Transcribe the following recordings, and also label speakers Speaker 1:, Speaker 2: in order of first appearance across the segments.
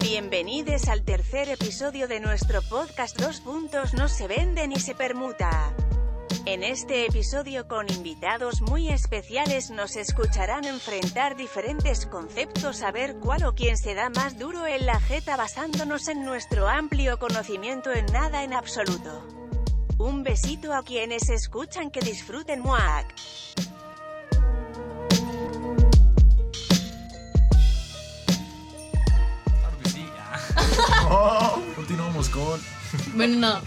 Speaker 1: Bienvenidos al tercer episodio de nuestro podcast Dos puntos no se vende ni se permuta. En este episodio con invitados muy especiales nos escucharán enfrentar diferentes conceptos a ver cuál o quién se da más duro en la jeta basándonos en nuestro amplio conocimiento en nada en absoluto. Un besito a quienes escuchan que disfruten MUAC.
Speaker 2: Claro que sí. Continuamos con.
Speaker 3: Bueno, no.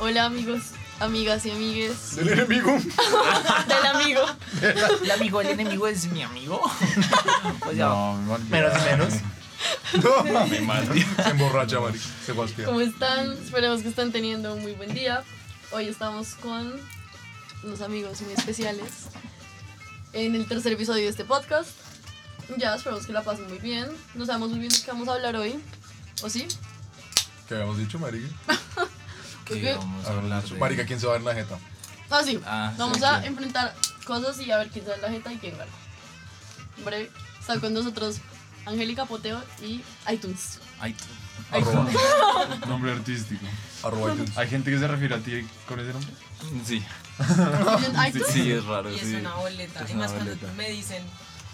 Speaker 3: Hola amigos, amigas y amigues
Speaker 4: Del enemigo.
Speaker 3: del amigo.
Speaker 2: El amigo, el enemigo es mi amigo. Pues ya.
Speaker 4: No, me mal-
Speaker 2: Menos y menos.
Speaker 4: Me mal- Se emborracha, Mari. Se guasquea.
Speaker 3: ¿Cómo están? Esperemos que estén teniendo un muy buen día. Hoy estamos con unos amigos muy especiales en el tercer episodio de este podcast. Ya, esperemos que la pasen muy bien. No sabemos muy bien de qué vamos a hablar hoy. ¿O sí?
Speaker 4: ¿Qué habíamos dicho, Mari?
Speaker 2: Que vamos a hablar de-
Speaker 4: Marica, ¿quién se va a dar la jeta?
Speaker 3: Ah, sí.
Speaker 2: Ah, sí,
Speaker 3: vamos a
Speaker 2: sí.
Speaker 3: enfrentar cosas y a ver quién da la jeta y quién gana. Breve. Está con nosotros Angélica Poteo y iTunes.
Speaker 2: Ay, tú.
Speaker 4: Arroba.
Speaker 5: Nombre artístico.
Speaker 4: Arroba iTunes.
Speaker 5: Hay gente que se refiere a ti con ese nombre.
Speaker 2: Sí, sí,
Speaker 3: iTunes.
Speaker 2: sí, es raro.
Speaker 6: Y es
Speaker 2: sí.
Speaker 6: una boleta.
Speaker 2: Es
Speaker 6: y
Speaker 2: una
Speaker 6: más cuando
Speaker 2: boleta.
Speaker 6: me dicen,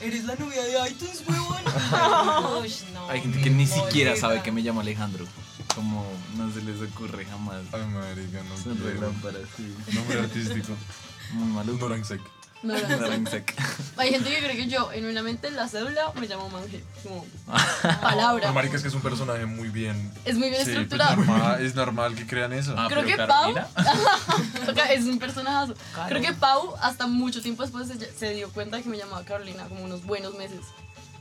Speaker 6: eres la novia de iTunes, huevón. Y yo, "Ush, no,
Speaker 2: Hay gente
Speaker 6: qué
Speaker 2: que ni siquiera
Speaker 6: boleta".
Speaker 2: sabe que me llamo Alejandro. Como no se les ocurre jamás.
Speaker 4: Ay, Marica, no
Speaker 2: Son re
Speaker 4: quiero.
Speaker 2: lámparas, sí.
Speaker 5: Nombre artístico.
Speaker 2: Muy maluco.
Speaker 4: Noran Sec.
Speaker 3: No, no, no.
Speaker 2: Rangsec.
Speaker 3: Hay gente que cree que yo, genuinamente, en la cédula me llamo Mangel. Como palabra.
Speaker 4: Pero Marica es que es un personaje muy bien.
Speaker 3: Es muy bien
Speaker 5: Sí, pues
Speaker 3: estructurado.
Speaker 5: normal- es normal que crean eso.
Speaker 2: Ah,
Speaker 3: Creo
Speaker 2: pero
Speaker 3: que
Speaker 2: Carolina.
Speaker 3: Toca- es un personaje.
Speaker 2: Claro.
Speaker 3: Creo que Pau, hasta mucho tiempo después, se, se dio cuenta que me llamaba Carolina, como unos buenos meses.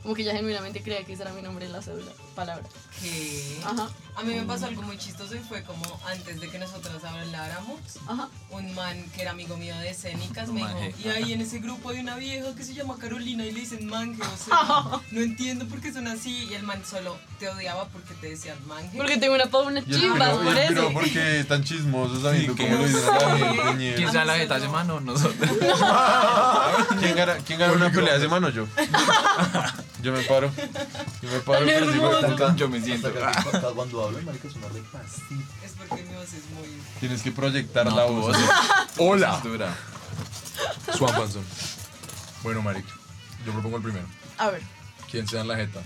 Speaker 3: Como que ya genuinamente creía que ese era mi nombre en la cédula. Palabra.
Speaker 6: ¿Qué?
Speaker 3: Ajá,
Speaker 6: A mí me pasó algo muy chistoso y fue como antes de que nosotras habláramos,
Speaker 3: ajá.
Speaker 6: un man que era amigo mío de escénicas
Speaker 2: Un
Speaker 6: me
Speaker 2: manje.
Speaker 6: dijo, y ahí en ese grupo hay una vieja que se llama Carolina y le dicen manje, o sea, no entiendo por qué son así. Y el man solo te odiaba porque te decían manje.
Speaker 3: Porque tengo una Pau, una
Speaker 5: Y el
Speaker 3: chimba,
Speaker 5: piro- y
Speaker 3: por
Speaker 5: el piro
Speaker 3: eso.
Speaker 5: porque están chismosos sabiendo
Speaker 2: Sí,
Speaker 5: cómo lo
Speaker 2: que-
Speaker 5: dicen a la gente, ñe.
Speaker 2: ¿Quién se
Speaker 6: Ah,
Speaker 2: da la jeta de mano? Nosotros.
Speaker 5: ¿Quién gana, quién gana una pelea de semana? Yo. Yo me paro. Yo me paro.
Speaker 3: Tan
Speaker 5: pero digo,
Speaker 3: hermoso.
Speaker 5: puta,
Speaker 2: Yo me siento.
Speaker 4: Cuando hablo, Marica es una re pasita.
Speaker 6: Es porque mi voz es muy...
Speaker 5: Tienes que proyectar
Speaker 2: No,
Speaker 5: la
Speaker 2: tu
Speaker 5: voz.
Speaker 2: voz.
Speaker 4: Hola,
Speaker 2: Dura.
Speaker 4: Swan Manson. Bueno, Marica, yo propongo el primero.
Speaker 3: A ver,
Speaker 4: ¿Quién se da la jeta?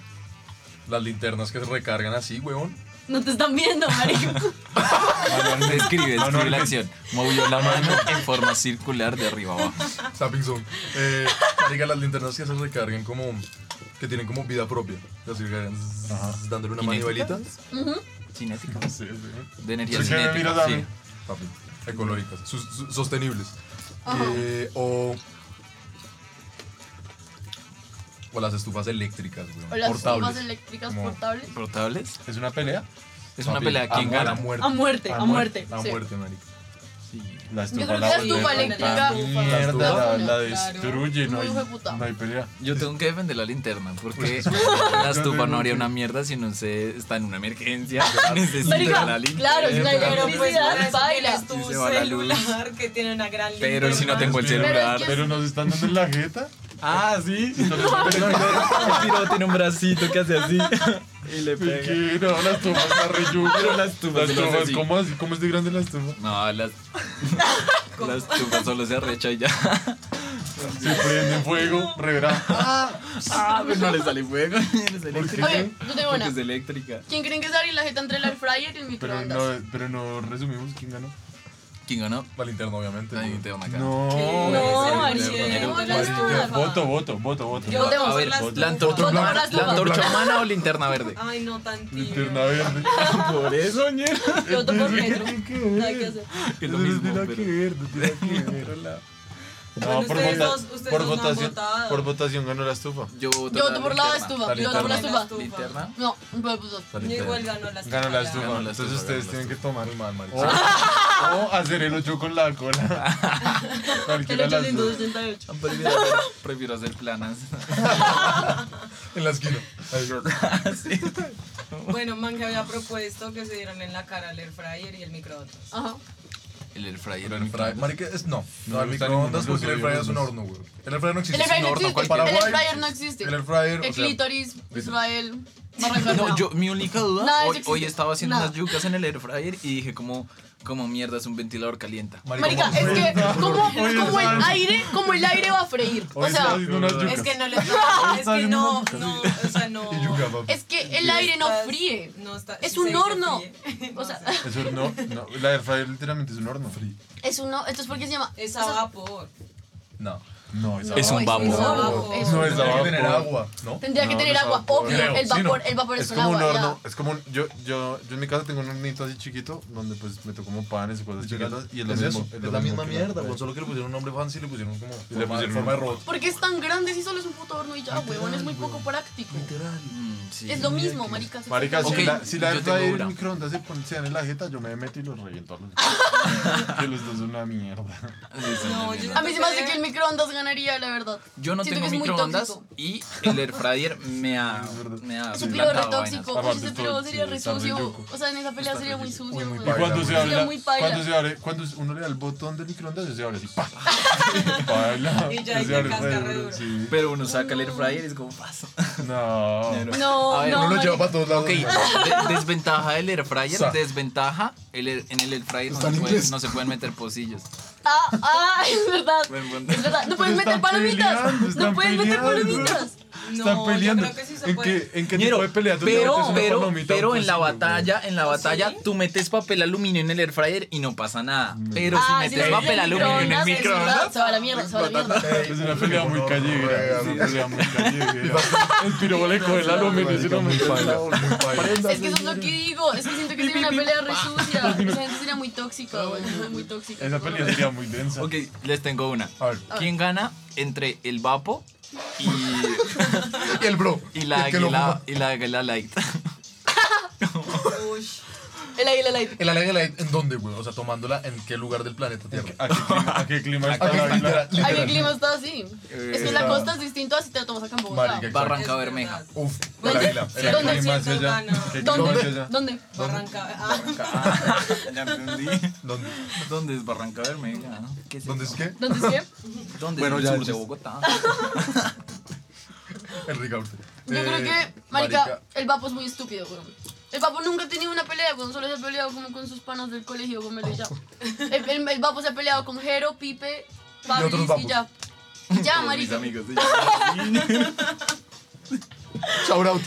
Speaker 4: Las linternas que se recargan así, huevón.
Speaker 3: no te están viendo, marico.
Speaker 2: Manuel, Describe, describe
Speaker 5: Manuel.
Speaker 2: la acción. Movió la mano en forma circular de arriba abajo.
Speaker 3: Ah.
Speaker 4: Zapping Zone. Eh, marica, las linternas que se recargan como. que tienen como vida propia. Las recargan zzz, dándole una
Speaker 2: ¿Cinéticas?
Speaker 4: manivelita.
Speaker 2: Cinética.
Speaker 5: Sí, sí.
Speaker 2: De energía
Speaker 5: ¿Por qué me miras
Speaker 2: cinética.
Speaker 5: a
Speaker 2: Sí.
Speaker 5: mí?
Speaker 4: Papi, ecológicas, sus- sus- sostenibles. Eh, o. O las estufas eléctricas,
Speaker 3: O
Speaker 4: güey.
Speaker 3: las
Speaker 4: Portables.
Speaker 3: bombas eléctricas
Speaker 4: Como-
Speaker 3: portables.
Speaker 2: ¿Portables?
Speaker 5: ¿Es una pelea?
Speaker 2: Es una
Speaker 4: Papi,
Speaker 2: pelea. ¿Quién
Speaker 4: a mu-
Speaker 2: gana?
Speaker 4: A muerte.
Speaker 3: A muerte, a muerte.
Speaker 4: A
Speaker 3: sí.
Speaker 4: muerte, marica.
Speaker 2: Sí.
Speaker 3: Yo
Speaker 5: La estufa
Speaker 3: creo que
Speaker 5: la
Speaker 3: la
Speaker 5: vuelve
Speaker 3: estufa
Speaker 5: a
Speaker 3: eléctrica.
Speaker 5: contar Mierda, la, la destruye. No
Speaker 3: Muy
Speaker 5: hay,
Speaker 3: hijueputa.
Speaker 5: no hay pelea.
Speaker 2: Yo tengo que defender la linterna porque la estufa Pues, no haría una mierda si no se está en una emergencia. Necesita
Speaker 3: Marica,
Speaker 2: la linterna.
Speaker 3: claro, es una
Speaker 6: Pero
Speaker 3: idea.
Speaker 6: pues
Speaker 3: Publicidad,
Speaker 6: tienes-
Speaker 3: baila.
Speaker 6: tienes
Speaker 2: Y
Speaker 6: tu
Speaker 2: se va la luz.
Speaker 6: celular que tiene una gran
Speaker 2: Pero si no
Speaker 6: linterna.
Speaker 2: tengo el
Speaker 5: Pero-
Speaker 2: celular.
Speaker 5: Pero nos están dando en la jeta.
Speaker 2: Ah, sí.
Speaker 5: Pero no,
Speaker 2: El piro tiene un bracito que hace así. Y le
Speaker 5: ¿Qué? No, las tumbas está re yuca.
Speaker 2: Pero las tumbas
Speaker 5: Las
Speaker 2: se lo hace
Speaker 5: tumbas,
Speaker 2: así.
Speaker 5: ¿cómo, así? ¿Cómo es de grande las tumbas?
Speaker 2: No, las, la estufa solo se arrecha y ya.
Speaker 5: Se prenden fuego, reverá.
Speaker 2: Ah, pero no le sale fuego. Es eléctrica.
Speaker 3: Oye, yo tengo
Speaker 2: Porque
Speaker 3: una.
Speaker 2: es eléctrica.
Speaker 3: ¿Quién creen que se abre la jeta entre el air fryer y el
Speaker 5: Pero
Speaker 3: microondas?
Speaker 5: no, pero no resumimos quién ganó.
Speaker 2: ¿Quién ganó?
Speaker 4: La linterna, obviamente.
Speaker 2: La
Speaker 4: güey.
Speaker 2: linterna acá.
Speaker 5: No.
Speaker 3: No,
Speaker 6: No,
Speaker 3: Ariel,
Speaker 6: Ariel,
Speaker 3: no,
Speaker 6: las
Speaker 3: no,
Speaker 6: tumbas.
Speaker 5: Voto, voto, voto, voto.
Speaker 3: Yo tengo
Speaker 2: A ver,
Speaker 6: las
Speaker 2: ¿la antorcha
Speaker 3: tubas.
Speaker 2: humana,
Speaker 3: Las
Speaker 2: la
Speaker 3: tubas.
Speaker 2: antorcha humana o linterna verde?
Speaker 6: Ay, no tan tibio.
Speaker 5: Linterna verde.
Speaker 2: Por eso, ñero.
Speaker 3: Yo toco el metro. Nada que hacer.
Speaker 2: Es lo
Speaker 5: No
Speaker 2: mismo,
Speaker 5: tiene nada que
Speaker 2: pero...
Speaker 5: ver, no tiene nada que ver. hola. No,
Speaker 6: Bueno,
Speaker 5: por,
Speaker 6: ustedes
Speaker 5: vota-
Speaker 6: dos- ustedes
Speaker 5: por
Speaker 6: dos no han
Speaker 5: votación,
Speaker 6: votado.
Speaker 5: por votación ganó la estufa.
Speaker 2: Yo voto
Speaker 3: Yo voto por la
Speaker 2: linterna.
Speaker 3: estufa.
Speaker 4: La
Speaker 3: Yo voto por la
Speaker 6: linterna.
Speaker 3: estufa.
Speaker 2: ¿Linterna?
Speaker 3: No, pues, pues,
Speaker 4: La
Speaker 6: Yo igual
Speaker 4: linterna.
Speaker 6: ganó la estufa.
Speaker 5: Ganó la
Speaker 6: Ah, ya.
Speaker 5: estufa.
Speaker 2: Ganó la
Speaker 5: Entonces
Speaker 2: estufa,
Speaker 5: ustedes
Speaker 2: ganó la
Speaker 5: tienen que
Speaker 2: estufa.
Speaker 5: tomar.
Speaker 4: Muy mal,
Speaker 5: O,
Speaker 4: marica.
Speaker 5: o hacer el 8 con la cola.
Speaker 3: El
Speaker 5: Cualquiera de las dos.
Speaker 3: 868.
Speaker 2: Prefiero, prefiero hacer planas.
Speaker 4: En la esquina. Ahí.
Speaker 2: Ah, Sí.
Speaker 6: Bueno, Manje había propuesto que se dieran en la cara el air fryer y el microondas.
Speaker 3: Ajá.
Speaker 2: El air fryer.
Speaker 4: El
Speaker 2: el
Speaker 4: air fryer.
Speaker 2: microondas.
Speaker 4: Marica, es, no. No,
Speaker 5: me
Speaker 4: el
Speaker 5: gusta
Speaker 4: microondas
Speaker 5: ninguno,
Speaker 4: porque el air
Speaker 5: yo
Speaker 4: fryer
Speaker 5: soy
Speaker 4: es un
Speaker 5: unos-
Speaker 4: horno, güey. El air fryer no
Speaker 3: El
Speaker 4: existe.
Speaker 3: air fryer no
Speaker 2: horno
Speaker 3: existe.
Speaker 2: cualquiera.
Speaker 3: El air fryer no existe.
Speaker 4: El air fryer,
Speaker 3: El
Speaker 4: o sea,
Speaker 3: clítoris, Israel, Barranca
Speaker 2: No,
Speaker 3: Bermeja.
Speaker 2: yo, mi única duda,
Speaker 3: Nada de eso
Speaker 2: hoy, hoy
Speaker 3: existe.
Speaker 2: estaba haciendo
Speaker 3: Nada.
Speaker 2: unas yucas en el air fryer y dije como, como mierda, es un ventilador calienta.
Speaker 3: Marica, es que como, como el aire, como el aire va a freír. O
Speaker 5: Hoy
Speaker 3: sea,
Speaker 5: estás haciendo unas yucas.
Speaker 6: Es que no les es
Speaker 5: Está
Speaker 6: que
Speaker 5: bien,
Speaker 6: no,
Speaker 5: mamá.
Speaker 6: no, o sea, no.
Speaker 4: Y yuca, papi.
Speaker 3: es que el aire no
Speaker 6: Estás-
Speaker 3: fríe.
Speaker 6: No está,
Speaker 3: Es
Speaker 6: sí
Speaker 3: un
Speaker 6: se dice
Speaker 3: horno.
Speaker 6: fríe.
Speaker 3: O
Speaker 6: No,
Speaker 3: sea,
Speaker 5: Es un no, no, la air fryer literalmente es un horno.
Speaker 3: Es uno, entonces ¿por qué se llama?
Speaker 6: es
Speaker 3: o
Speaker 6: a
Speaker 3: sea,
Speaker 6: vapor.
Speaker 4: No.
Speaker 5: No,
Speaker 3: no,
Speaker 2: Es un vapor.
Speaker 3: horno, es
Speaker 5: No
Speaker 3: un
Speaker 5: es
Speaker 3: horno.
Speaker 5: la-
Speaker 4: Hay que tener agua, ¿no?
Speaker 3: Tendría que
Speaker 5: No,
Speaker 3: tener
Speaker 5: no es
Speaker 3: agua,
Speaker 5: vapor.
Speaker 3: obvio.
Speaker 4: Creo,
Speaker 3: El
Speaker 4: sí, ¿no?
Speaker 3: vapor, el vapor es
Speaker 5: Es
Speaker 3: con
Speaker 5: como un
Speaker 3: agua. ya.
Speaker 5: horno, es como un, yo, yo, yo en mi casa tengo un hornito así chiquito donde pues me tocó como panes y cosas chiquitas y es lo mismo.
Speaker 4: eso,
Speaker 5: es
Speaker 4: es
Speaker 5: lo
Speaker 4: la
Speaker 5: mismo
Speaker 4: misma
Speaker 5: que la-
Speaker 4: mierda, güey, solo que le pusieron un nombre fancy y le pusieron como
Speaker 5: le
Speaker 4: forma-
Speaker 5: pusieron
Speaker 4: forma de
Speaker 5: un-
Speaker 4: robot.
Speaker 3: Porque es tan grande si solo es un puto horno y ya, huevón, es muy poco práctico.
Speaker 2: Mm, sí.
Speaker 3: Es lo mismo, marica. se
Speaker 5: Marica,
Speaker 3: fue.
Speaker 2: Ok,
Speaker 5: si la, si la
Speaker 2: yo
Speaker 5: air
Speaker 2: tengo
Speaker 5: fryer y
Speaker 2: una.
Speaker 5: el microondas se ponen se dan en la jeta, yo me meto y los reviento a los Que los dos son una mierda.
Speaker 2: Sí, sí,
Speaker 6: No,
Speaker 2: sí,
Speaker 6: yo-
Speaker 2: sí.
Speaker 3: A mí se me hace que el microondas ganaría, la verdad.
Speaker 2: Yo no
Speaker 3: Siento
Speaker 2: tengo
Speaker 3: que es muy
Speaker 2: microondas
Speaker 3: tóxico.
Speaker 2: y el air fryer me ha, me
Speaker 5: Ah,
Speaker 2: ha
Speaker 3: Ese piro re
Speaker 2: plantado
Speaker 3: tóxico,
Speaker 2: vainas.
Speaker 3: o sea,
Speaker 5: Aparte,
Speaker 3: ese
Speaker 5: todo
Speaker 3: piro
Speaker 5: el-
Speaker 3: sería
Speaker 5: sí,
Speaker 3: re
Speaker 5: está re
Speaker 3: sucio.
Speaker 5: yuco.
Speaker 3: O sea, en esa pelea sería muy
Speaker 4: Uy,
Speaker 3: sucio.
Speaker 4: muy
Speaker 3: weón.
Speaker 5: Y
Speaker 4: Baila,
Speaker 5: cuando se
Speaker 4: baila.
Speaker 5: abre,
Speaker 3: Sería
Speaker 5: la-
Speaker 3: muy paila.
Speaker 5: cuando se abre, cuando uno le da el botón del microondas, se abre así, pa. Baila.
Speaker 6: Y ya, y
Speaker 5: se
Speaker 6: te
Speaker 5: abre
Speaker 6: casca
Speaker 5: re
Speaker 6: re
Speaker 5: duro,
Speaker 6: duro.
Speaker 5: sí.
Speaker 2: Pero uno saca el air fryer y es como paso.
Speaker 5: No.
Speaker 3: No,
Speaker 2: A ver,
Speaker 3: no.
Speaker 4: Uno lo lleva
Speaker 3: marica.
Speaker 4: para todos lados.
Speaker 2: Ok, de- desventaja del air fryer,
Speaker 4: Sa-
Speaker 2: desventaja el air- en el air fryer no
Speaker 4: Está
Speaker 2: se,
Speaker 4: en
Speaker 2: pueden,
Speaker 4: inglés.
Speaker 2: no se pueden meter pocillos.
Speaker 3: Ah, ah, es verdad.
Speaker 2: Buen punto.
Speaker 3: Es verdad. No puedes
Speaker 5: Pero
Speaker 3: meter
Speaker 5: están
Speaker 3: palomitas.
Speaker 5: peleando,
Speaker 3: No
Speaker 5: están
Speaker 3: puedes meter
Speaker 5: peleando.
Speaker 3: palomitas.
Speaker 5: Están
Speaker 6: No, yo
Speaker 5: peleando.
Speaker 6: creo que sí se
Speaker 5: ¿En
Speaker 6: puede.
Speaker 5: qué, en qué
Speaker 2: Ñero,
Speaker 5: tipo de pelea tú te
Speaker 2: pero,
Speaker 5: metes una
Speaker 2: pero,
Speaker 5: palomita,
Speaker 2: pero
Speaker 4: pues
Speaker 5: un
Speaker 2: en la
Speaker 5: pocillo, güey?
Speaker 2: batalla, en la batalla, tú metes papel aluminio en el air fryer y no pasa nada.
Speaker 4: Mm.
Speaker 2: Pero si
Speaker 3: Ah,
Speaker 2: metes
Speaker 3: lo
Speaker 2: papel
Speaker 3: metes
Speaker 2: aluminio en el
Speaker 3: microondas, es verdad,
Speaker 2: microondas,
Speaker 3: Se va a la mierda, se va a la mierda.
Speaker 5: Es una pelea muy callejera. Es una pelea muy callejera. El piro le coge el aluminio y se lo mete.
Speaker 3: Es que eso es lo que digo. Es que siento que sería una pelea re sucia. O sea, entonces sería muy tóxica, güey. Muy, muy tóxica.
Speaker 5: Esa pelea sería muy densa.
Speaker 2: Ok, les tengo una.
Speaker 4: A ver.
Speaker 2: ¿Quién gana entre el vapo y,
Speaker 4: Y el bro.
Speaker 2: y la
Speaker 4: el que lo
Speaker 2: águila
Speaker 4: fuma.
Speaker 2: y la águila light?
Speaker 6: Uy,
Speaker 3: El águila light.
Speaker 4: El águila light, ¿en dónde, güey? O sea, tomándola en qué lugar del planeta Tierra.
Speaker 5: ¿A qué clima, a qué clima está
Speaker 4: Aquí,
Speaker 5: la isla?
Speaker 4: literal,
Speaker 3: Ay, el
Speaker 4: literal.
Speaker 3: clima está así. Es
Speaker 4: Eh,
Speaker 3: que la costa es distinto a si te la tomas acá en Bogotá.
Speaker 4: Marica,
Speaker 2: Barranca
Speaker 6: es
Speaker 2: Bermeja.
Speaker 6: verdad.
Speaker 4: Uf, el
Speaker 3: ¿Dónde?
Speaker 4: águila. el águila.
Speaker 5: ¿Qué clima hace allá? ¿Qué clima
Speaker 3: ¿Dónde?
Speaker 5: hace allá?
Speaker 3: ¿Dónde?
Speaker 6: Barranca. Ah,
Speaker 2: Ya entendí.
Speaker 4: ¿Dónde?
Speaker 2: ¿Dónde es Barranca Bermeja? ¿Qué es
Speaker 4: ¿Dónde es
Speaker 2: eso?
Speaker 4: qué?
Speaker 3: ¿Dónde es qué?
Speaker 2: ¿Dónde
Speaker 5: Bueno,
Speaker 2: es
Speaker 5: ya,
Speaker 2: el sur de
Speaker 5: chiste.
Speaker 3: Ah,
Speaker 2: Bogotá?
Speaker 4: El Ricaurte.
Speaker 3: Yo
Speaker 4: Eh,
Speaker 3: creo que, marica, el Vapo es muy estúpido, güey. El Vapo nunca ha tenido una pelea, güey. Solo se ha peleado como con sus panas del colegio, como el ya. El, el, el Vapo se ha peleado con Jero, Pipe,
Speaker 4: otros
Speaker 3: Pablis y,
Speaker 4: vapos.
Speaker 3: ya. Y Ya,
Speaker 2: Con mis
Speaker 3: marica.
Speaker 2: amigos. sí.
Speaker 4: Shout out.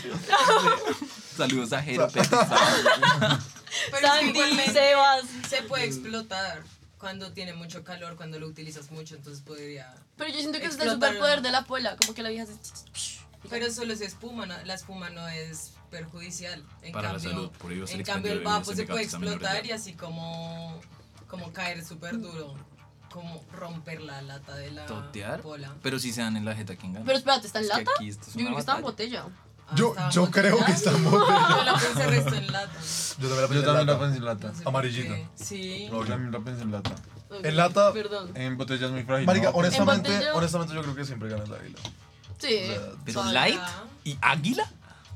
Speaker 2: Saludos a Jero Pérez.
Speaker 6: pero es que
Speaker 3: Sandy,
Speaker 6: igualmente
Speaker 3: Sebas.
Speaker 6: se puede explotar cuando tiene mucho calor, cuando lo utilizas mucho, entonces podría.
Speaker 3: Pero yo siento que ese es el
Speaker 6: Explotaron.
Speaker 3: superpoder de la pola, como que la vieja se...
Speaker 6: Pero solo es espuma, ¿no? la espuma no es perjudicial. En
Speaker 2: Para la
Speaker 6: cambio,
Speaker 2: salud, por ello se
Speaker 6: en
Speaker 2: le expandió
Speaker 6: cambio el
Speaker 2: el
Speaker 6: vapo se
Speaker 2: semicato
Speaker 6: puede
Speaker 2: a menores de
Speaker 6: explotar
Speaker 2: edad.
Speaker 6: y así como, como caer súper duro, como romper la lata de la
Speaker 2: Totear.
Speaker 6: bola.
Speaker 2: Pero si se dan en la jeta, ¿quién gana?
Speaker 3: Pero espérate, ¿está en
Speaker 2: Es que
Speaker 3: lata?
Speaker 2: aquí esto es
Speaker 3: Yo creo
Speaker 2: una
Speaker 3: que está en
Speaker 2: batalla.
Speaker 3: botella.
Speaker 6: Ah,
Speaker 4: Yo,
Speaker 6: estaba
Speaker 4: yo
Speaker 6: muy
Speaker 4: creo que
Speaker 6: bien.
Speaker 4: estamos.
Speaker 6: Yo la puse resto en lata.
Speaker 4: Yo también la
Speaker 5: Yo también la
Speaker 4: pensé.
Speaker 5: pensé en lata.
Speaker 6: No sé por
Speaker 4: Amarillita.
Speaker 6: qué. Sí.
Speaker 5: Yo también la pensé en lata.
Speaker 3: Ok,
Speaker 4: En lata-
Speaker 3: Perdón.
Speaker 5: En botellas muy frágiles.
Speaker 4: Marica,
Speaker 3: En
Speaker 4: honestamente,
Speaker 3: botella.
Speaker 4: honestamente yo creo que siempre gana el águila.
Speaker 3: Sí.
Speaker 2: Pero
Speaker 3: Sola.
Speaker 2: light y águila.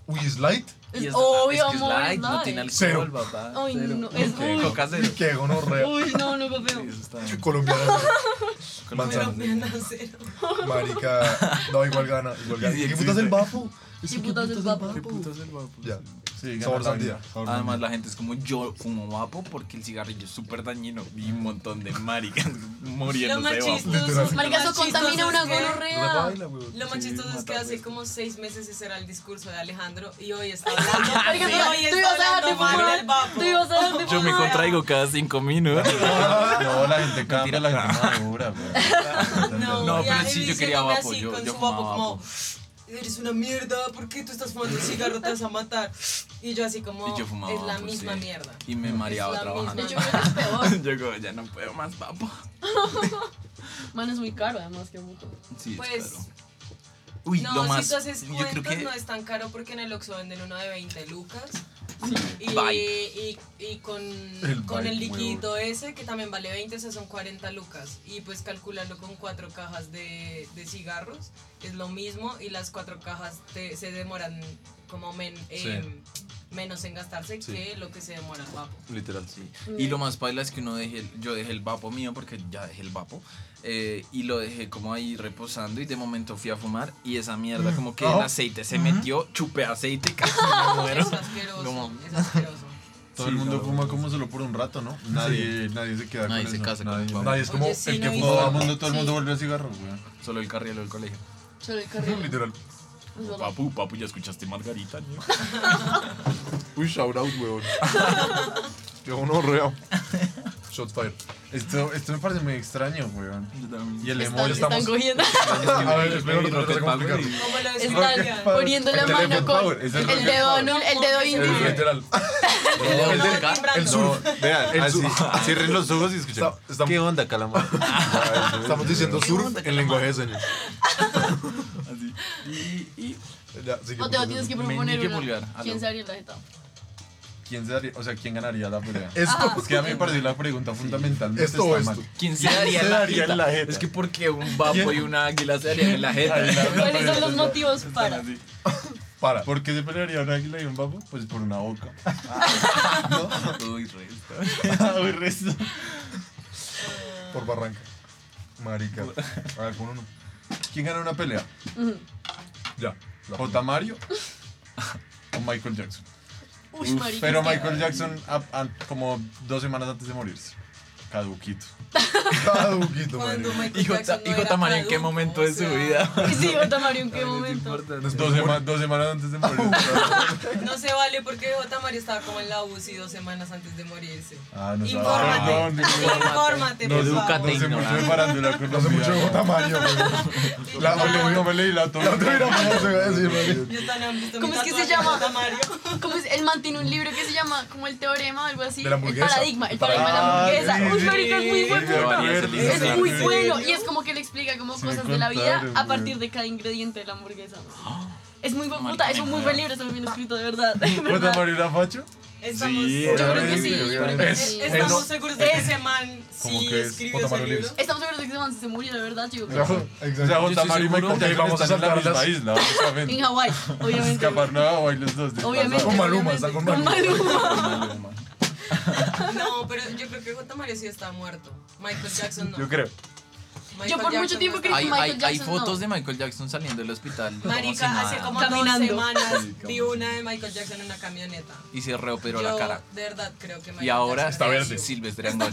Speaker 4: Uy, es light.
Speaker 3: Es
Speaker 2: Y es-
Speaker 3: obvio,
Speaker 2: es que es
Speaker 3: amor,
Speaker 2: light,
Speaker 3: es
Speaker 2: no
Speaker 3: light.
Speaker 2: tiene alcohol,
Speaker 4: Cero.
Speaker 2: papá.
Speaker 3: Ay,
Speaker 2: cero.
Speaker 3: no, es-
Speaker 2: Ok,
Speaker 3: uy.
Speaker 2: Coca cero.
Speaker 4: Qué gonorrea.
Speaker 3: Uy, no, no, papeo.
Speaker 2: Sí, eso está bien.
Speaker 4: Colombiana.
Speaker 6: Pero
Speaker 4: Manzana.
Speaker 6: me han cero.
Speaker 4: Marica. No, igual gana. Igual gana.
Speaker 2: Sí,
Speaker 4: ¿Qué
Speaker 2: existe.
Speaker 4: putas el bafo?
Speaker 3: Sí, putas es vapo.
Speaker 4: Ya.
Speaker 5: Sí,
Speaker 4: Sabor sandía.
Speaker 2: Además, la gente es como yo fumo vapo porque el cigarrillo es súper dañino. Vi un montón de maricas
Speaker 6: Lo
Speaker 2: muriéndose
Speaker 6: más
Speaker 2: de vapo.
Speaker 6: chistoso-
Speaker 4: Literal.
Speaker 6: lo
Speaker 3: Marica, eso
Speaker 6: más chistoso
Speaker 3: contamina una
Speaker 6: es que-
Speaker 3: gonorrea.
Speaker 6: Lo más
Speaker 2: Sí,
Speaker 6: chistoso es que
Speaker 2: mata,
Speaker 6: hace
Speaker 2: pues.
Speaker 6: como seis meses ese era el discurso de Alejandro y hoy está hablando. y
Speaker 3: Marica,
Speaker 6: hoy
Speaker 3: tú
Speaker 6: está
Speaker 3: ibas a dejar de
Speaker 6: hablando mal del
Speaker 3: fumar.
Speaker 6: vapo.
Speaker 3: Tú ibas a dejar de
Speaker 2: Yo me
Speaker 3: fumar.
Speaker 2: contraigo cada cinco minutos.
Speaker 5: No, la gente cambia, la gente madura, güey.
Speaker 6: No,
Speaker 2: No,
Speaker 6: ya,
Speaker 2: pero sí,
Speaker 6: y
Speaker 2: yo quería
Speaker 6: diciéndome
Speaker 2: vapo,
Speaker 6: así,
Speaker 2: yo-
Speaker 6: con
Speaker 2: yo
Speaker 6: su
Speaker 2: fumaba
Speaker 6: vapo
Speaker 2: vapo.
Speaker 6: como, eres una mierda, ¿por qué tú estás fumando cigarro? Te vas a matar. Y yo así como,
Speaker 2: Y yo fumaba
Speaker 6: es la
Speaker 2: vapo,
Speaker 6: misma
Speaker 2: sí.
Speaker 6: mierda.
Speaker 2: Y me mareaba
Speaker 6: la
Speaker 2: trabajando.
Speaker 3: Yo creo que es peor.
Speaker 2: Yo como, ya no puedo más vapo.
Speaker 3: Man, es muy caro, además, que mucho.
Speaker 2: Sí, es
Speaker 6: Pues,
Speaker 2: caro. Uy,
Speaker 6: no,
Speaker 2: lo más.
Speaker 6: si tú haces
Speaker 2: yo creo
Speaker 6: cuentas
Speaker 2: que.
Speaker 6: no es tan caro porque en el Oxxo venden uno de 20 lucas. Y, y,
Speaker 2: Vibe.
Speaker 6: y con,
Speaker 4: El
Speaker 6: con el
Speaker 4: vibe,
Speaker 6: líquido ese que también vale 20, o sea, son 40 lucas. Y pues calcularlo con cuatro cajas de, de cigarros es lo mismo y las cuatro cajas te- se demoran como men- em, menos en gastarse
Speaker 4: Sí.
Speaker 6: que lo que se demora el vapo.
Speaker 5: Literal.
Speaker 2: Sí. Y lo más paila es que uno dejé, el- yo dejé el vapo mío porque ya dejé el vapo eh, y lo dejé como ahí reposando y de momento fui a fumar y esa mierda como que el
Speaker 5: Oh.
Speaker 2: aceite se metió, chupé aceite y casi me muero.
Speaker 6: Es asqueroso,
Speaker 2: No,
Speaker 6: es asqueroso.
Speaker 5: Todo
Speaker 2: Sí,
Speaker 5: el mundo
Speaker 2: no.
Speaker 5: fuma como solo por un rato, ¿no?
Speaker 4: Nadie, nadie se queda
Speaker 2: Nadie
Speaker 4: con
Speaker 2: se
Speaker 4: eso.
Speaker 2: casa con el vapo.
Speaker 4: Nadie es como
Speaker 6: Oye, sí,
Speaker 4: el que
Speaker 6: no
Speaker 4: fuma
Speaker 6: hizo-
Speaker 5: Todo el
Speaker 4: vapo.
Speaker 5: mundo, todo el mundo
Speaker 3: Sí.
Speaker 5: vuelve a cigarros, güey.
Speaker 2: Solo el carrielo del colegio.
Speaker 3: Solo el carril.
Speaker 4: Literal.
Speaker 3: Es verdad.
Speaker 2: Papu, papu, ya escuchaste Margarita. niño?
Speaker 4: Uy, shout out, weón.
Speaker 5: Yo uno reo.
Speaker 4: Shots fired.
Speaker 5: Esto, esto me parece muy extraño, güey.
Speaker 2: Yo también.
Speaker 5: Y el
Speaker 3: Están,
Speaker 5: emoji.
Speaker 3: están
Speaker 4: estamos-
Speaker 3: cogiendo.
Speaker 4: A ver, espero no
Speaker 2: Rocket
Speaker 4: te
Speaker 2: Power
Speaker 4: complicar.
Speaker 2: y-
Speaker 6: ¿Cómo lo
Speaker 3: Están
Speaker 6: describirían?
Speaker 3: poniendo la
Speaker 5: El
Speaker 3: mano
Speaker 5: Rocket
Speaker 3: con
Speaker 5: Power, es el
Speaker 3: el
Speaker 5: Rocket
Speaker 3: dedo,
Speaker 5: Power.
Speaker 3: anul- el dedo
Speaker 4: El
Speaker 3: índice.
Speaker 4: literal.
Speaker 2: El de-
Speaker 6: El
Speaker 5: No, vean,
Speaker 4: El
Speaker 5: así,
Speaker 4: surf.
Speaker 5: cierren los ojos y escuchen.
Speaker 4: Está- estamos-
Speaker 5: ¿Qué onda, calamar?
Speaker 4: Estamos diciendo
Speaker 2: ¿Qué
Speaker 4: surf
Speaker 2: onda,
Speaker 4: en lenguaje de señas.
Speaker 2: así. Y, y-
Speaker 4: Ya, sigue,
Speaker 3: O te
Speaker 4: por
Speaker 3: tienes que
Speaker 4: favor.
Speaker 3: proponer
Speaker 2: Meñique
Speaker 3: una.
Speaker 2: pulgar, aló.
Speaker 3: ¿Quién se haría la jeta?
Speaker 5: ¿Quién se daría- o sea, ¿quién ganaría la pelea?
Speaker 4: Esto,
Speaker 5: Es que a mí me pareció la pregunta fundamentalmente
Speaker 4: esto o
Speaker 5: está
Speaker 4: esto.
Speaker 5: mal.
Speaker 2: ¿Quién se daría,
Speaker 5: se
Speaker 2: la,
Speaker 5: daría
Speaker 2: jeta?
Speaker 5: en la jeta?
Speaker 2: Es que porque un vapo y una águila se darían en la jeta.
Speaker 3: ¿Cuáles son los motivos para?
Speaker 2: Así.
Speaker 4: Para.
Speaker 5: ¿Por qué se pelearía un águila y un vapo? Pues por una boca.
Speaker 2: Uy, resto.
Speaker 5: Uy, resto.
Speaker 4: Por Barranca. Marica. A ver, con uno.
Speaker 5: ¿Quién gana una pelea?
Speaker 3: Ujú.
Speaker 4: Ya. La-
Speaker 5: ¿J. Mario o Michael Jackson?
Speaker 3: Uy, marica.
Speaker 5: Pero
Speaker 3: es que-
Speaker 5: Michael Jackson a- a- como dos semanas antes de morirse. Caduquito.
Speaker 4: Ah, Caduquito,
Speaker 6: Cuando
Speaker 4: marica.
Speaker 6: Michael
Speaker 2: Hijo,
Speaker 6: Jackson no
Speaker 2: hijo
Speaker 6: era
Speaker 2: Tamarín, ¿en qué
Speaker 6: caduco,
Speaker 2: momento
Speaker 6: o
Speaker 2: de su
Speaker 6: sea,
Speaker 2: vida?
Speaker 3: Sí, Jota Mario, ¿en qué
Speaker 2: También te
Speaker 3: momento?
Speaker 2: importa.
Speaker 4: este
Speaker 5: Dos, sema- dos semanas antes de morirse.
Speaker 6: No se vale porque J. Mario estaba como en la UCI dos semanas antes de morirse.
Speaker 5: Ah, no sabía.
Speaker 6: Infórmate.
Speaker 5: Perdón, disculpa.
Speaker 6: Infórmate, por
Speaker 2: Edúcate.
Speaker 5: No
Speaker 6: favor.
Speaker 5: sé mucho de farándula
Speaker 4: No sé mucho de
Speaker 5: colombiana.
Speaker 4: J. Mario, weón.
Speaker 5: La
Speaker 6: Yo
Speaker 5: no me leí la
Speaker 4: La otra era
Speaker 5: autógrafa.
Speaker 4: famosa, iba a decir, marica.
Speaker 6: tan han visto mi
Speaker 3: ¿Cómo es que se
Speaker 6: tatuaje,
Speaker 3: llama?
Speaker 6: J. Mario.
Speaker 3: ¿Cómo es? Él mantiene un libro que se llama como el teorema o algo así.
Speaker 4: De la hamburguesa.
Speaker 3: El paradigma, el
Speaker 4: El
Speaker 3: paradigma de
Speaker 5: paradigma.
Speaker 3: la hamburguesa.
Speaker 5: Ah,
Speaker 3: Uy,
Speaker 5: sí,
Speaker 3: marica, es muy
Speaker 2: sí,
Speaker 3: bueno.
Speaker 2: me varía ese
Speaker 5: Es
Speaker 2: listo.
Speaker 3: Es muy
Speaker 5: Sí.
Speaker 3: bueno. Y es como que le explica como
Speaker 5: me
Speaker 3: cosas de la vida
Speaker 5: contaron,
Speaker 3: a
Speaker 5: güey.
Speaker 3: partir de cada ingrediente de la hamburguesa. Es muy buen
Speaker 2: Marica,
Speaker 3: puta,
Speaker 2: me
Speaker 3: es un muy
Speaker 2: joda.
Speaker 3: buen libro, está muy bien escrito, de verdad.
Speaker 5: ¿Puedo morir a Facho?
Speaker 6: Estamos,
Speaker 2: Sí,
Speaker 6: yo
Speaker 3: Yo
Speaker 6: creo
Speaker 3: creo que
Speaker 6: que
Speaker 3: sí, yo creo que sí.
Speaker 6: estamos
Speaker 4: Es-
Speaker 6: seguros de que ese man sí
Speaker 4: que es
Speaker 6: escribió
Speaker 4: J.
Speaker 6: ese
Speaker 4: Mario
Speaker 6: libro.
Speaker 4: Lives.
Speaker 3: Estamos seguros de que ese man se murió, de verdad, chico.
Speaker 5: O sea,
Speaker 4: Exacto.
Speaker 5: Jota Mario y
Speaker 2: seguro
Speaker 4: que
Speaker 5: Michael Jackson
Speaker 4: vamos a
Speaker 5: están en la
Speaker 4: saltar
Speaker 5: misma
Speaker 4: las-
Speaker 5: isla,
Speaker 3: En
Speaker 5: básicamente.
Speaker 3: Hawái, obviamente.
Speaker 5: Escapar no a Hawái los dos.
Speaker 3: Obviamente.
Speaker 4: Con Maluma,
Speaker 3: obviamente.
Speaker 4: está con
Speaker 3: Con
Speaker 4: Maluma.
Speaker 3: Maluma.
Speaker 5: desplazados.
Speaker 6: No, pero yo creo que J. Mario sí está muerto. Michael Jackson no.
Speaker 5: Yo creo.
Speaker 6: Michael
Speaker 3: Yo por
Speaker 6: Jackson
Speaker 3: mucho tiempo
Speaker 6: no.
Speaker 3: creí-
Speaker 2: Hay, hay-
Speaker 3: Michael
Speaker 2: hay
Speaker 3: Jackson,
Speaker 2: fotos
Speaker 3: no.
Speaker 2: de Michael Jackson saliendo del hospital. como si
Speaker 6: Marica,
Speaker 2: nada,
Speaker 6: hace como dos
Speaker 3: Caminando.
Speaker 6: semanas
Speaker 4: Sí, como
Speaker 6: vi
Speaker 4: si-
Speaker 6: una de Michael Jackson en una camioneta.
Speaker 2: Y se reoperó
Speaker 6: yo,
Speaker 2: la cara.
Speaker 6: De verdad creo que Michael
Speaker 2: Y ahora
Speaker 6: Jackson es vivo.
Speaker 2: Silvestre Angón.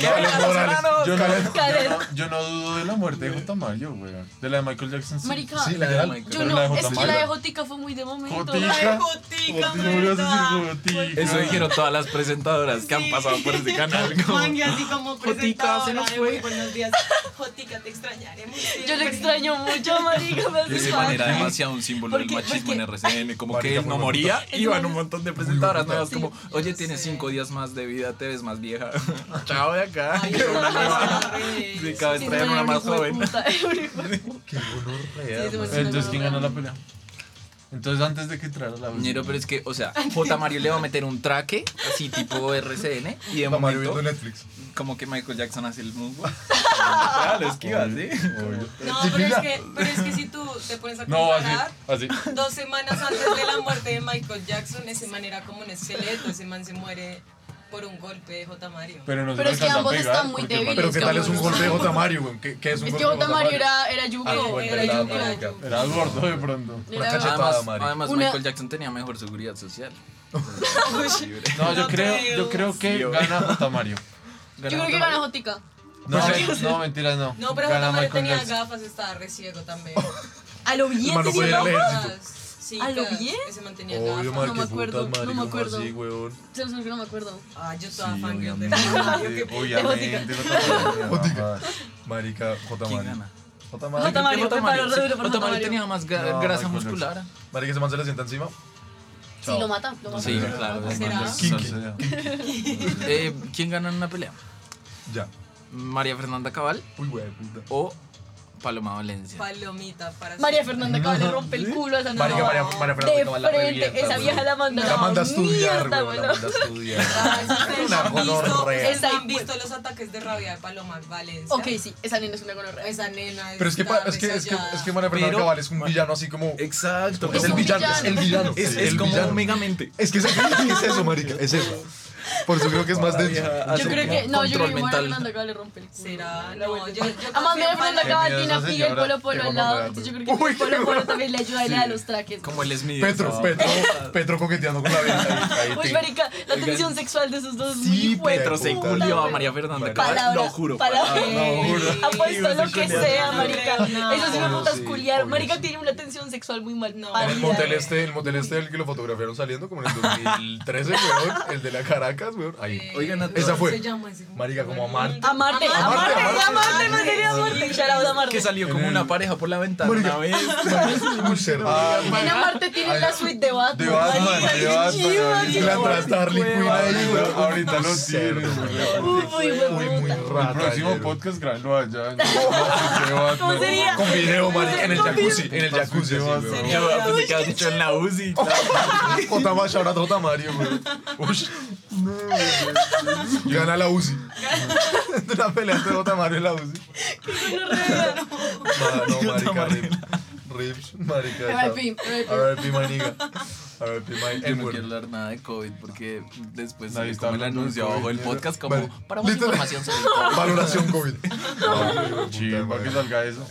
Speaker 5: Yo
Speaker 3: Karen.
Speaker 5: no, yo no dudo de la muerte de J. Mario, güey. De la de Michael Jackson. sí.
Speaker 3: Marica,
Speaker 4: Sí, la de
Speaker 3: yo
Speaker 5: Pero la de
Speaker 3: no,
Speaker 5: J.
Speaker 3: es que
Speaker 5: Mario.
Speaker 3: la de Jotica fue muy de momento.
Speaker 5: Jotica.
Speaker 6: Ay, Jotica,
Speaker 5: Jotica, me vas a decir
Speaker 6: marica.
Speaker 3: Pues
Speaker 5: Jotica.
Speaker 2: Eso dijeron todas las presentadoras que han
Speaker 6: Sí.
Speaker 2: pasado por este canal. como-
Speaker 6: Mangue, así como
Speaker 2: Jotica,
Speaker 6: presentadora
Speaker 2: se nos
Speaker 6: de
Speaker 2: fue.
Speaker 6: Muy Buenos días. Jotica, te extrañaré muy
Speaker 3: Yo
Speaker 5: Eh,
Speaker 6: siempre.
Speaker 3: le extraño mucho, marica, me
Speaker 2: De
Speaker 3: hace
Speaker 2: esa manera
Speaker 3: falta.
Speaker 2: demasiado un símbolo del
Speaker 3: Porque-
Speaker 2: machismo en RCN, como
Speaker 4: Marica,
Speaker 2: que él
Speaker 4: muy
Speaker 2: no
Speaker 4: bonito.
Speaker 2: moría,
Speaker 3: Es
Speaker 2: iban
Speaker 3: muy-
Speaker 2: un montón de presentadoras
Speaker 4: muy
Speaker 2: nuevas
Speaker 3: bonito.
Speaker 2: como, oye,
Speaker 6: Yo
Speaker 2: tienes
Speaker 6: sé.
Speaker 2: cinco días más de vida, te ves más vieja, chao de acá,
Speaker 6: Ay,
Speaker 2: Pero una
Speaker 6: no,
Speaker 2: nueva,
Speaker 6: sí,
Speaker 2: de
Speaker 6: sí,
Speaker 2: cada vez
Speaker 3: Sí,
Speaker 2: traen
Speaker 3: no,
Speaker 2: una
Speaker 3: un
Speaker 2: más
Speaker 3: hijo de
Speaker 2: joven.
Speaker 3: puta, un hijo de puta.
Speaker 4: Qué honor
Speaker 3: Sí, Pues sí,
Speaker 4: real.
Speaker 3: sí.
Speaker 5: Entonces, ¿quién ganó la pelea? Entonces, antes de que entrara la
Speaker 2: Ñero, pero es que, o sea, J. Mario le va a meter un traque, así tipo RCN, y de
Speaker 4: J. Mario viendo
Speaker 2: momento,
Speaker 4: Netflix.
Speaker 2: como que Michael Jackson hace el moonwalk. Ah, lo esquiva, ¿sí?
Speaker 5: Obvio.
Speaker 6: No, pero es, que, pero es que si tú te pones a
Speaker 5: No, así.
Speaker 6: comparar,
Speaker 5: Así.
Speaker 6: dos semanas antes de la muerte de Michael Jackson, ese man era como un esqueleto, ese man se muere por un golpe de J. Mario.
Speaker 5: Pero, no se
Speaker 3: Pero es
Speaker 5: alcanza
Speaker 3: que
Speaker 5: a
Speaker 3: ambos
Speaker 5: pegar,
Speaker 3: están muy
Speaker 5: porque el man-
Speaker 4: Pero
Speaker 3: débiles,
Speaker 4: qué tal es un
Speaker 3: cabrones.
Speaker 4: golpe de J. Mario, güey. ¿Qué, qué es un
Speaker 3: Es que
Speaker 4: golpe de
Speaker 3: J. Mario era, era yugo.
Speaker 4: Ah,
Speaker 6: bueno,
Speaker 3: era
Speaker 6: era
Speaker 3: yugo.
Speaker 6: yugo.
Speaker 4: marica.
Speaker 5: Era gordo de pronto.
Speaker 4: Una
Speaker 3: Era-
Speaker 4: cachetada,
Speaker 2: Además,
Speaker 4: Mario.
Speaker 2: además
Speaker 3: Una-
Speaker 2: Michael Jackson tenía mejor seguridad social.
Speaker 5: No, yo
Speaker 6: No
Speaker 5: creo, yo creo que
Speaker 2: Sí, obvio.
Speaker 5: gana J. Mario.
Speaker 3: Yo creo que gana Jotica.
Speaker 5: No, no, mentiras, no.
Speaker 6: no, pero
Speaker 5: gana
Speaker 6: J. Mario
Speaker 5: Michael
Speaker 6: tenía
Speaker 5: Jackson.
Speaker 6: gafas, estaba re ciego también.
Speaker 3: A lo
Speaker 4: El
Speaker 3: bien,
Speaker 4: man no
Speaker 3: tenía
Speaker 4: puede ir al
Speaker 3: gafas.
Speaker 4: ejército.
Speaker 6: Sí,
Speaker 3: ¿A lo
Speaker 6: claro,
Speaker 3: bien?
Speaker 6: Ese man tenía
Speaker 4: Obvio,
Speaker 6: gafas.
Speaker 4: Mar,
Speaker 3: No me
Speaker 4: qué
Speaker 3: acuerdo,
Speaker 4: putas, Mario.
Speaker 3: no me
Speaker 4: ¿cómo
Speaker 3: acuerdo.
Speaker 4: así, weón?
Speaker 3: Se los juro que no me acuerdo.
Speaker 6: Ah, yo
Speaker 5: Sí,
Speaker 6: toda fan girl de
Speaker 5: obviamente, obviamente. J.
Speaker 4: Marica, J.
Speaker 2: ¿Quién
Speaker 4: Mario.
Speaker 2: gana?
Speaker 4: J.
Speaker 3: J.
Speaker 4: Mario.
Speaker 3: Mario,
Speaker 2: J.
Speaker 3: preparo,
Speaker 2: Mario, sí.
Speaker 3: Rodrigo, por
Speaker 2: J.
Speaker 3: J. Mario.
Speaker 2: Mario tenía más ga-
Speaker 5: No,
Speaker 2: grasa
Speaker 5: Michael
Speaker 2: muscular.
Speaker 4: Marica, ese man se le sienta encima.
Speaker 3: Sí, lo mata, lo mata.
Speaker 2: Sí, claro.
Speaker 6: ¿Será?
Speaker 2: Eh, ¿Quién gana en una pelea?
Speaker 4: Ya.
Speaker 2: María Fernanda Cabal
Speaker 4: Uy, güey, puta.
Speaker 2: o Paloma Valencia.
Speaker 6: Palomita para
Speaker 3: María Fernanda Cabal le rompe el culo a esa
Speaker 4: Marica,
Speaker 3: nena.
Speaker 4: María, María Fernanda
Speaker 3: de
Speaker 4: Cabal la
Speaker 3: frente,
Speaker 4: revienta,
Speaker 3: esa
Speaker 4: güey.
Speaker 3: vieja la manda a
Speaker 4: La
Speaker 3: la
Speaker 4: manda a estudiar,
Speaker 3: mierda,
Speaker 4: güey. La
Speaker 3: güey.
Speaker 4: manda a estudiar.
Speaker 6: Ah, ustedes
Speaker 4: Una
Speaker 6: han visto-
Speaker 4: gonorrea.
Speaker 6: ustedes
Speaker 3: Esa
Speaker 6: han visto los ataques de rabia de Paloma Valencia.
Speaker 3: Ok, sí, esa nena es una gonorrea.
Speaker 6: Esa nena
Speaker 4: Pero es que, pa-
Speaker 6: está
Speaker 4: es que, es que, es que María Fernanda
Speaker 2: Pero-
Speaker 4: Cabal es un villano así como.
Speaker 2: Exacto.
Speaker 4: Es
Speaker 3: Es
Speaker 4: el
Speaker 3: un
Speaker 4: villano, es
Speaker 3: villano.
Speaker 4: el villano.
Speaker 2: Es,
Speaker 4: sí,
Speaker 2: es
Speaker 4: el
Speaker 2: como
Speaker 4: villano.
Speaker 2: Megamente.
Speaker 4: Es que es, es eso, marica, es eso. Por eso creo que es más denso.
Speaker 3: Yo creo que, no, yo creo que María Fernanda Cabal le rompe el culo.
Speaker 6: Será,
Speaker 3: La
Speaker 6: no,
Speaker 3: vuelta.
Speaker 6: yo- yo confío
Speaker 3: Además,
Speaker 6: en
Speaker 3: María Fernanda
Speaker 6: Paloma.
Speaker 3: Cabal
Speaker 5: Qué
Speaker 3: tiene
Speaker 5: miedo
Speaker 3: a
Speaker 5: esa
Speaker 3: Pilla y
Speaker 5: señora,
Speaker 3: Polo Polo
Speaker 4: qué
Speaker 3: al lado,
Speaker 4: gonorrea.
Speaker 3: entonces yo creo que Polo Polo también le ayuda a la- a los traques.
Speaker 2: Como el Smith.
Speaker 4: Petro, Petro, Petro coqueteando con la vida. Ahí, ahí,
Speaker 3: Uy,
Speaker 4: sí.
Speaker 3: marica, la
Speaker 2: Oigan.
Speaker 3: tensión sexual de esos dos es
Speaker 4: Sí,
Speaker 3: muy fuerte.
Speaker 2: Petro se
Speaker 4: Puta,
Speaker 2: culió a
Speaker 3: güey.
Speaker 2: María Fernanda
Speaker 3: Palabra,
Speaker 2: Cabal. Lo juro.
Speaker 3: palabra.
Speaker 4: No, juro.
Speaker 3: Apuesto lo que sea,
Speaker 6: No
Speaker 3: marica.
Speaker 6: creo, no.
Speaker 3: Eso sí me
Speaker 4: Obvio,
Speaker 3: putas
Speaker 4: sí,
Speaker 3: culiar.
Speaker 4: obvio,
Speaker 3: Marica
Speaker 4: sí.
Speaker 3: tiene una tensión sexual muy mal.
Speaker 6: No.
Speaker 4: En el
Speaker 3: pálida,
Speaker 4: motel
Speaker 3: güey.
Speaker 4: este, el motel este del que lo fotografiaron saliendo como en el 2013, weón. El de la Caracas, weón. Ahí.
Speaker 2: Oigan, a
Speaker 4: Esa
Speaker 2: todos.
Speaker 4: fue.
Speaker 6: Se llama ese-
Speaker 4: Marica, como amar. Amarte,
Speaker 3: Amarte, amarte, amarte,
Speaker 4: amarte.
Speaker 3: amarte, no sería amarte. Shout out a
Speaker 2: Que
Speaker 3: amarte.
Speaker 2: salió como
Speaker 4: En el-
Speaker 2: una pareja por la ventana.
Speaker 4: Marica.
Speaker 2: una vez.
Speaker 4: Muy cerdo.
Speaker 3: En amarte tiene la suite de Batman.
Speaker 5: De Batman,
Speaker 3: marica,
Speaker 5: de
Speaker 3: qué
Speaker 5: Batman,
Speaker 3: chido,
Speaker 5: ahorita.
Speaker 4: Y
Speaker 3: qué
Speaker 4: la
Speaker 3: chido.
Speaker 4: entraste a Harley Quinn ahí, weón.
Speaker 5: Ahorita lo
Speaker 4: Muy cerdo,
Speaker 5: tienes,
Speaker 4: weón.
Speaker 3: Uy,
Speaker 4: Uy, muy
Speaker 3: huevón.
Speaker 5: El
Speaker 4: rata.
Speaker 5: próximo
Speaker 4: weón.
Speaker 5: podcast grábalo allá. en- Qué Batman.
Speaker 3: ¿Cómo sería?
Speaker 4: Con video, marica, en el
Speaker 3: Con video.
Speaker 4: jacuzzi. En el jacuzzi, así, weón.
Speaker 5: Sería
Speaker 2: Yo pensé que habías dicho en la UCI.
Speaker 4: Otama, shout out Otamario, güey. Ush. Gana la UCI. De la pelea entre Otamario y la UCI. Ma- No, marica, rips. Rips, marica.
Speaker 3: RIP, RIP.
Speaker 4: RIP, my nigga. RIP, my
Speaker 2: Yo no quiero
Speaker 4: N-word.
Speaker 2: hablar nada de COVID porque después salió
Speaker 5: Nadie está
Speaker 2: como el
Speaker 5: hablando de
Speaker 2: anuncio
Speaker 5: COVID,
Speaker 2: abajo del
Speaker 5: mierda.
Speaker 2: podcast como
Speaker 4: Vale.
Speaker 2: para más
Speaker 4: Literal.
Speaker 2: información sobre el COVID.
Speaker 4: Valoración COVID.
Speaker 5: Sí, para que salga eso.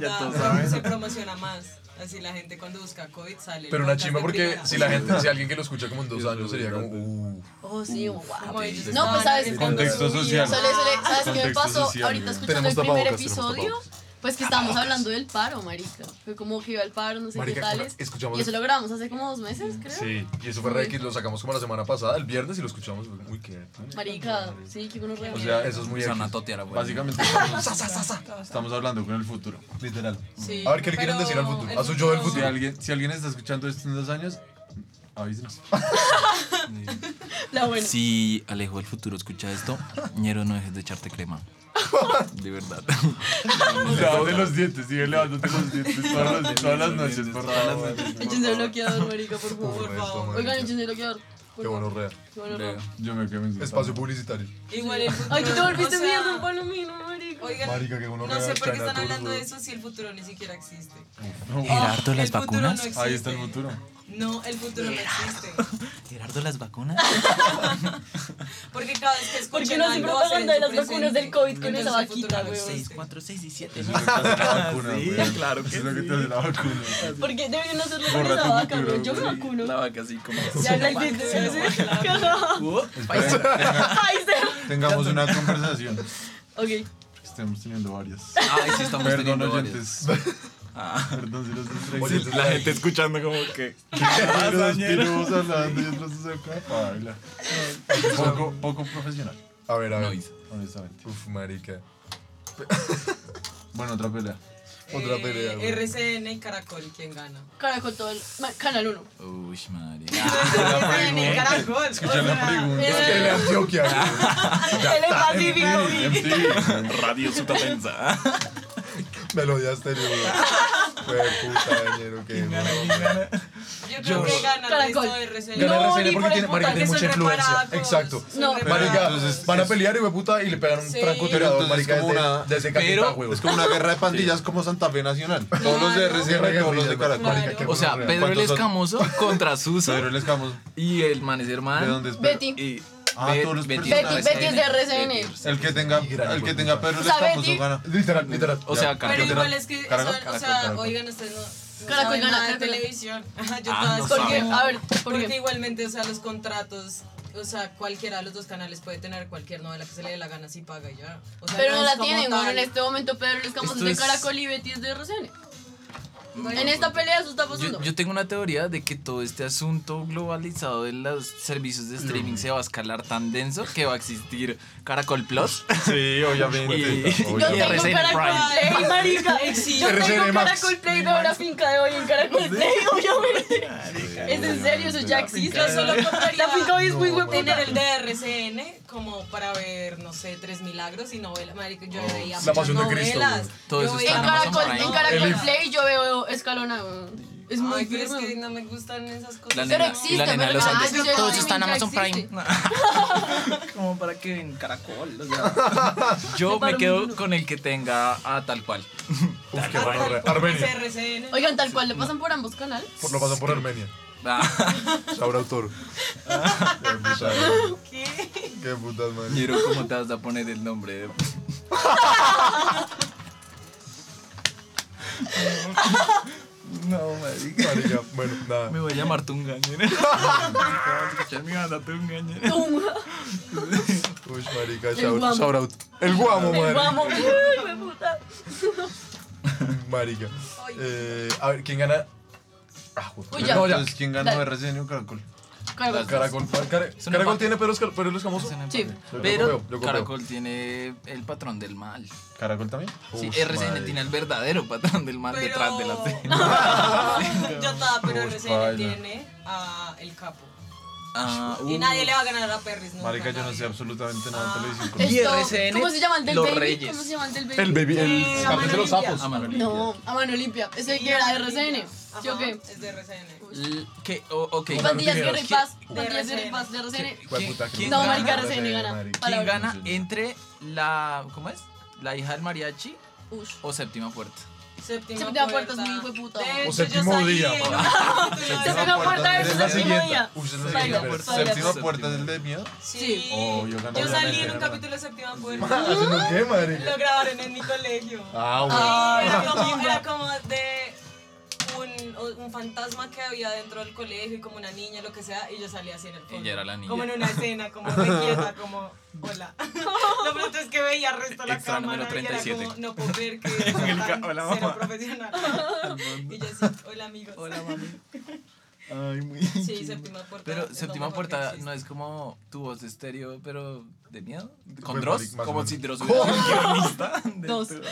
Speaker 2: ya todos
Speaker 6: Ah,
Speaker 2: saben.
Speaker 6: Se promociona más. Así la gente cuando busca COVID sale.
Speaker 4: Pero
Speaker 6: el
Speaker 4: una
Speaker 6: podcast
Speaker 4: chimba
Speaker 6: de
Speaker 4: porque
Speaker 6: primera.
Speaker 4: si la gente, si alguien que lo escucha como en dos años sería como, uh,
Speaker 3: Oh, sí, guau.
Speaker 6: Como ellos
Speaker 3: No, pues
Speaker 6: estaban
Speaker 3: sabes,
Speaker 6: haciendo
Speaker 5: Contexto
Speaker 6: su vida.
Speaker 5: social.
Speaker 3: Solo eso le- ¿Sabes qué me
Speaker 5: Contexto
Speaker 3: pasó?
Speaker 5: social,
Speaker 3: Ahorita
Speaker 5: güey.
Speaker 3: escuchando el
Speaker 4: Tenemos
Speaker 3: primer
Speaker 4: tapabocas, tenemos
Speaker 3: episodio, pues que estábamos hablando del paro, marica. Fue como que iba el paro, no sé
Speaker 4: Marica,
Speaker 3: qué tales.
Speaker 4: escuchamos-
Speaker 3: Y eso lo grabamos hace como dos meses, creo.
Speaker 4: sí. Y eso fue re que lo sacamos como la semana pasada, el viernes, y lo escuchamos. y fue como, Uy, qué.
Speaker 3: Marica, sí, que uno re.
Speaker 5: O sea,
Speaker 4: Eso es muy
Speaker 2: Se van
Speaker 4: X.
Speaker 2: a totear, güey.
Speaker 5: Básicamente estamos, estamos hablando con el futuro, literal.
Speaker 6: Sí,
Speaker 4: A ver, ¿qué le quieren
Speaker 6: pero
Speaker 4: decir al futuro?
Speaker 6: el
Speaker 4: A su yo del
Speaker 5: Si
Speaker 4: futuro.
Speaker 5: alguien, si alguien está escuchando esto en dos años, avísenos.
Speaker 3: la buena.
Speaker 2: Si Alejo del futuro escucha esto, ñero, no dejes de echarte crema. De verdad.
Speaker 5: Lávate los dientes, sigue levántate los dientes todas las, todas las noches, por
Speaker 2: Todas las
Speaker 5: favor.
Speaker 2: noches.
Speaker 3: Échense bloqueador, marica, por favor.
Speaker 4: Por esto, marica.
Speaker 3: Oigan, échense bloqueador. por
Speaker 4: Qué bueno,
Speaker 3: favor.
Speaker 4: real.
Speaker 3: Qué bueno, re.
Speaker 5: Yo me quedé insultando.
Speaker 4: Espacio publicitario.
Speaker 6: Igual el futuro.
Speaker 3: Ay, tú te volviste
Speaker 6: o sea,
Speaker 3: mierda, un palomino, marica.
Speaker 6: Oigan,
Speaker 4: Marica, que uno
Speaker 6: no sé
Speaker 4: vea
Speaker 6: por qué
Speaker 4: China
Speaker 6: están
Speaker 4: Tour,
Speaker 6: hablando de
Speaker 4: weón.
Speaker 6: eso si el futuro ni siquiera existe. Ah,
Speaker 5: No,
Speaker 2: Gerardo, las
Speaker 6: El futuro
Speaker 2: vacunas.
Speaker 6: no
Speaker 5: Ahí está el
Speaker 6: existe.
Speaker 5: futuro.
Speaker 6: No, el futuro no existe.
Speaker 2: Gerardo, las vacunas.
Speaker 6: Porque cada vez que escuchan
Speaker 3: ¿Por qué no hacen
Speaker 6: algo,
Speaker 3: propaganda de
Speaker 6: hacen
Speaker 3: las
Speaker 6: su
Speaker 3: vacunas
Speaker 6: presente.
Speaker 3: del COVID con
Speaker 6: Entonces,
Speaker 3: esa
Speaker 6: el futuro
Speaker 3: vaquita,
Speaker 6: no
Speaker 3: güey?
Speaker 6: existe.
Speaker 2: 6, 4, 6 y 7.
Speaker 5: Eso es lo que te hace la vacuna,
Speaker 2: Sí,
Speaker 5: weón.
Speaker 2: claro que
Speaker 5: Eso es lo que te
Speaker 2: sí.
Speaker 5: hace la vacuna.
Speaker 3: Porque deberían hacerlo con
Speaker 5: Borra
Speaker 3: esa
Speaker 5: tu
Speaker 3: vaca,
Speaker 5: futuro,
Speaker 3: güey. Yo me vacuno.
Speaker 2: La vaca así como.
Speaker 3: Ya la intención es. Pfizer.
Speaker 5: Tengamos una conversación.
Speaker 3: Ok.
Speaker 5: Estamos teniendo varias.
Speaker 2: Ay, sí, estamos
Speaker 5: Perdón,
Speaker 2: teniendo varios.
Speaker 5: oyentes.
Speaker 2: Ah.
Speaker 5: Perdón si los distraigo.
Speaker 4: Oye,
Speaker 2: La gente escuchando como que.
Speaker 5: Ay, los
Speaker 2: Dañero.
Speaker 5: pirobos hablando y otros acá. Paila. Poco, poco profesional,
Speaker 4: A ver, a ver.
Speaker 2: Noise.
Speaker 5: honestamente.
Speaker 4: Uf, marica.
Speaker 5: Bueno, otra pelea.
Speaker 4: Otra
Speaker 6: Eh,
Speaker 4: pelea, güey.
Speaker 6: RCN y Caracol, ¿quién gana?
Speaker 3: Caracol todo el. ma- Canal 1.
Speaker 2: Uy, madre.
Speaker 6: RCN y Caracol.
Speaker 5: Escucha
Speaker 6: o
Speaker 5: la
Speaker 6: sea,
Speaker 5: pregunta.
Speaker 3: Ah, Es
Speaker 4: El de Antioquia, güey.
Speaker 3: El Pacífico.
Speaker 5: MTV.
Speaker 2: Radio Sutapensa.
Speaker 4: Me lo odiaste, güey. Fue puta, dañero, qué bueno.
Speaker 6: Yo creo que gana
Speaker 3: Caracol.
Speaker 6: esto RCN.
Speaker 4: Gana
Speaker 3: No,
Speaker 4: RCN
Speaker 3: ni
Speaker 4: porque
Speaker 3: por el
Speaker 4: tiene, marica,
Speaker 3: puta,
Speaker 4: tiene
Speaker 6: que
Speaker 4: mucha
Speaker 6: son
Speaker 4: influencia.
Speaker 6: preparados,
Speaker 4: Exacto.
Speaker 6: son
Speaker 3: No.
Speaker 6: preparados.
Speaker 4: Marica,
Speaker 5: entonces,
Speaker 4: van a pelear y, güey, puta, y le pegan un
Speaker 6: Sí.
Speaker 4: francotirador,
Speaker 5: Entonces,
Speaker 4: marica,
Speaker 5: es como
Speaker 4: desde,
Speaker 5: una-
Speaker 4: desde Caquetá,
Speaker 2: pero-
Speaker 4: güey.
Speaker 5: Es como una guerra de pandillas como Santa Fe Nacional. Todos los de RCR y todos los de
Speaker 4: Marica, qué
Speaker 5: Caracol.
Speaker 2: O sea,
Speaker 4: gonorrea.
Speaker 2: Pedro el
Speaker 5: ¿Cuántos son?
Speaker 2: Escamoso contra Suso
Speaker 5: Pedro Les Camos.
Speaker 2: y el Manecer Man.
Speaker 5: ¿De dónde es? Pedro?
Speaker 3: Betty.
Speaker 2: Y
Speaker 5: Ah,
Speaker 2: Bet-
Speaker 5: todos los
Speaker 2: Betty
Speaker 3: Betty,
Speaker 5: personajes.
Speaker 3: Betty es de RCN.
Speaker 5: El que tenga,
Speaker 4: Gran
Speaker 5: el
Speaker 4: hijo de
Speaker 5: que tenga
Speaker 4: puta.
Speaker 5: Pedro
Speaker 3: O
Speaker 5: Les
Speaker 3: sea,
Speaker 5: Camos
Speaker 3: Betty-
Speaker 5: o gana.
Speaker 4: Literal, literal.
Speaker 2: O sea,
Speaker 5: Ya.
Speaker 6: Pero
Speaker 2: Caracol.
Speaker 6: igual es que, son-
Speaker 5: Caracol,
Speaker 6: o sea,
Speaker 5: Caracol.
Speaker 6: oigan, ustedes no, no
Speaker 3: Caracol
Speaker 6: saben
Speaker 3: gana,
Speaker 6: nada de
Speaker 3: Caracol.
Speaker 6: televisión. Ajá, yo
Speaker 2: Ah,
Speaker 6: todas
Speaker 2: no
Speaker 6: como-
Speaker 3: Porque,
Speaker 2: saben.
Speaker 3: a ver, ¿por
Speaker 6: Porque
Speaker 3: qué?
Speaker 6: igualmente, o sea, los contratos, o sea, cualquiera de los dos canales puede tener cualquier novela que se le dé la gana si paga y ya. O sea,
Speaker 3: Pero no
Speaker 6: es
Speaker 3: la
Speaker 6: como
Speaker 3: tienen,
Speaker 6: tal-
Speaker 3: bueno, en este momento Pedro Luis Campos es
Speaker 2: Esto
Speaker 3: de
Speaker 2: es-
Speaker 3: Caracol y Betty es de RCN.
Speaker 6: Bueno,
Speaker 3: En esta pelea eso está pasando.
Speaker 2: Yo, yo tengo una teoría de que todo este asunto globalizado de los servicios de streaming se va a escalar tan denso que va a existir Caracol Plus
Speaker 5: Sí,
Speaker 2: y, y
Speaker 3: Yo tengo
Speaker 2: RCN
Speaker 3: Caracol
Speaker 2: Prime.
Speaker 3: Play, marica. eh,
Speaker 6: Existe.
Speaker 3: Yo
Speaker 4: RCN
Speaker 3: tengo
Speaker 4: Max.
Speaker 3: Caracol Play de ahora finca de hoy en Caracol Play, obviamente. Es en serio, eso ya existe.
Speaker 6: Yo solo compraría
Speaker 3: La finca hoy es muy
Speaker 4: No,
Speaker 3: huevona.
Speaker 6: tener el de RCN como para ver, no sé, Tres Milagros y novelas. Marica, yo
Speaker 2: Oh,
Speaker 6: veía
Speaker 2: sí.
Speaker 4: La
Speaker 6: muchas
Speaker 4: Pasión de Cristo,
Speaker 6: novelas.
Speaker 4: güey.
Speaker 2: Todo
Speaker 6: Yo
Speaker 2: eso
Speaker 6: veía
Speaker 2: está
Speaker 3: En
Speaker 2: en
Speaker 6: muchas
Speaker 2: Amazon
Speaker 3: Caracol,
Speaker 2: Prime.
Speaker 3: en
Speaker 4: El
Speaker 3: Caracol
Speaker 4: If.
Speaker 3: Play yo veo Escalona. weón. Es muy
Speaker 6: Ay, pero es
Speaker 3: firme.
Speaker 6: que no me gustan esas cosas.
Speaker 2: La nena,
Speaker 6: no.
Speaker 3: Pero
Speaker 2: y la
Speaker 3: existe,
Speaker 2: nena de los
Speaker 3: pero-
Speaker 2: Andes.
Speaker 3: Ah, yo-
Speaker 7: Todo eso está en
Speaker 3: ya
Speaker 7: Amazon
Speaker 3: existe.
Speaker 7: Prime.
Speaker 2: Como para que en caracol. o sea. yo me quedo con el que tenga a tal cual.
Speaker 4: Uf, qué
Speaker 6: Ah, tal,
Speaker 4: raro.
Speaker 6: como
Speaker 4: Armenia.
Speaker 6: CRCN.
Speaker 3: Oigan, tal cual le pasan por ambos canales.
Speaker 4: Por- Lo pasan por Armenia.
Speaker 2: Ah,
Speaker 4: Sabrá el toro. Qué putas,
Speaker 6: ¿Qué?
Speaker 4: Qué putas, madre.
Speaker 2: Miro cómo te vas a poner el nombre. No, marica.
Speaker 4: Marica, bueno, nada.
Speaker 2: Me voy a llamar Tunga. mi banda Tunga. ñera.
Speaker 3: Tum.
Speaker 4: Uy, marica,
Speaker 3: guamo.
Speaker 4: shout, shout out. El guamo,
Speaker 3: El
Speaker 4: marica.
Speaker 3: guamo. Uy, me puta.
Speaker 4: Marica. Eh, a ver, ¿quién gana? Ah, joder.
Speaker 3: Uy, ya.
Speaker 4: No, ya.
Speaker 5: Entonces, ¿quién ganó
Speaker 3: Dale.
Speaker 5: RCN o Caracol?
Speaker 3: Caracol.
Speaker 4: Caracol. Car- Car-
Speaker 2: un
Speaker 4: Caracol
Speaker 2: empate.
Speaker 4: tiene perros, cal- perros escamosos.
Speaker 3: Sí.
Speaker 4: Yo
Speaker 2: Pero
Speaker 4: copio, yo copio.
Speaker 2: Caracol tiene el patrón del mal.
Speaker 5: ¿Caracol también?
Speaker 2: Sí,
Speaker 4: Ush,
Speaker 2: RCN
Speaker 4: marica.
Speaker 2: tiene el verdadero patrón del mal
Speaker 6: Pero-
Speaker 2: detrás de la tele.
Speaker 6: Yo estaba, pero
Speaker 5: Uy,
Speaker 6: RCN
Speaker 5: baila.
Speaker 6: tiene a El Capo.
Speaker 2: Ah,
Speaker 6: Y
Speaker 2: uh.
Speaker 6: nadie le va a ganar a Perris, ¿no?
Speaker 5: Marica, yo no sé absolutamente nada de televisión.
Speaker 3: Esto-
Speaker 2: Y RCN,
Speaker 3: ¿Cómo se llama el del
Speaker 2: Los
Speaker 3: baby?
Speaker 2: Reyes.
Speaker 3: ¿Cómo se llama el del baby?
Speaker 4: El baby, el
Speaker 6: Eh,
Speaker 4: capítulo de los
Speaker 3: Amanolivia.
Speaker 4: sapos.
Speaker 2: Ah, Manolín.
Speaker 3: No, a mano limpia. Ese que era RCN. ¿Sí o qué?
Speaker 6: Es de RCN.
Speaker 2: L- ¿Qué? O- ok.
Speaker 3: Pandillas
Speaker 4: Manolín.
Speaker 3: Guerra y Paz.
Speaker 6: De
Speaker 3: Pandillas
Speaker 6: RCN.
Speaker 3: Guerra y Paz de RCN.
Speaker 4: Hijo de puta,
Speaker 2: ¿Quién
Speaker 4: qué
Speaker 3: No,
Speaker 4: puta.
Speaker 3: marica,
Speaker 2: gana?
Speaker 3: RCN gana.
Speaker 4: Marica.
Speaker 2: ¿Quién
Speaker 3: Palabra.
Speaker 2: gana entre la. ¿Cómo es? ¿La hija del mariachi
Speaker 3: Ush.
Speaker 2: o séptima puerta?
Speaker 6: Séptima,
Speaker 3: Séptima puerta es muy hueputa.
Speaker 6: De hecho,
Speaker 4: O séptimo
Speaker 6: yo salí
Speaker 4: día,
Speaker 6: en
Speaker 4: pa.
Speaker 6: una película de-
Speaker 3: Se pegó puerta
Speaker 5: es
Speaker 3: versus
Speaker 5: la
Speaker 3: el mismo
Speaker 5: siguiente.
Speaker 3: día.
Speaker 4: Uy, es la
Speaker 3: Baila,
Speaker 4: siguiente,
Speaker 3: por
Speaker 4: verga.
Speaker 3: favor.
Speaker 5: Séptima puerta es el de miedo.
Speaker 6: Sí.
Speaker 5: Oh, yo gané,
Speaker 6: yo salí en un
Speaker 5: obviamente.
Speaker 6: capítulo de séptima puerta.
Speaker 4: ¿Haciendo qué,
Speaker 6: Lo
Speaker 4: marica?
Speaker 6: grabaron en mi colegio.
Speaker 4: Ah, bueno.
Speaker 6: Y Era como, era como de un, un fantasma que había dentro del colegio y como una niña, lo que sea, y yo salí así en el fondo.
Speaker 2: Ella era la niña.
Speaker 6: Como en una escena, como requieta, como hola. Lo pronto es que veía el resto de la
Speaker 2: Extra
Speaker 6: cámara
Speaker 2: número
Speaker 6: y
Speaker 2: 37.
Speaker 6: era como, no puedo ver que sea
Speaker 2: El ca-
Speaker 6: tan
Speaker 2: hola,
Speaker 6: cero
Speaker 2: mamá.
Speaker 6: profesional. y yo así, hola amigos.
Speaker 2: mami. Ay, muy.
Speaker 6: Sí, séptima puerta. es
Speaker 2: Pero
Speaker 6: lo
Speaker 2: séptima
Speaker 6: mejor
Speaker 2: puerta
Speaker 6: que existe.
Speaker 2: no es como tu voz de estéreo, pero de miedo. Con
Speaker 4: Pues,
Speaker 2: Dross.
Speaker 4: marica, más o
Speaker 2: Como
Speaker 4: menos.
Speaker 2: si Dross hubiera sido el guionista. de
Speaker 3: Dos.
Speaker 2: tu-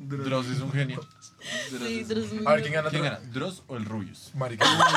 Speaker 5: Dross es un genio.
Speaker 2: Dross
Speaker 3: Sí,
Speaker 2: es-
Speaker 3: tres mil.
Speaker 4: A ver, ¿quién gana?
Speaker 5: ¿Quién gana? ¿Dross o el Rubius?
Speaker 4: Marica.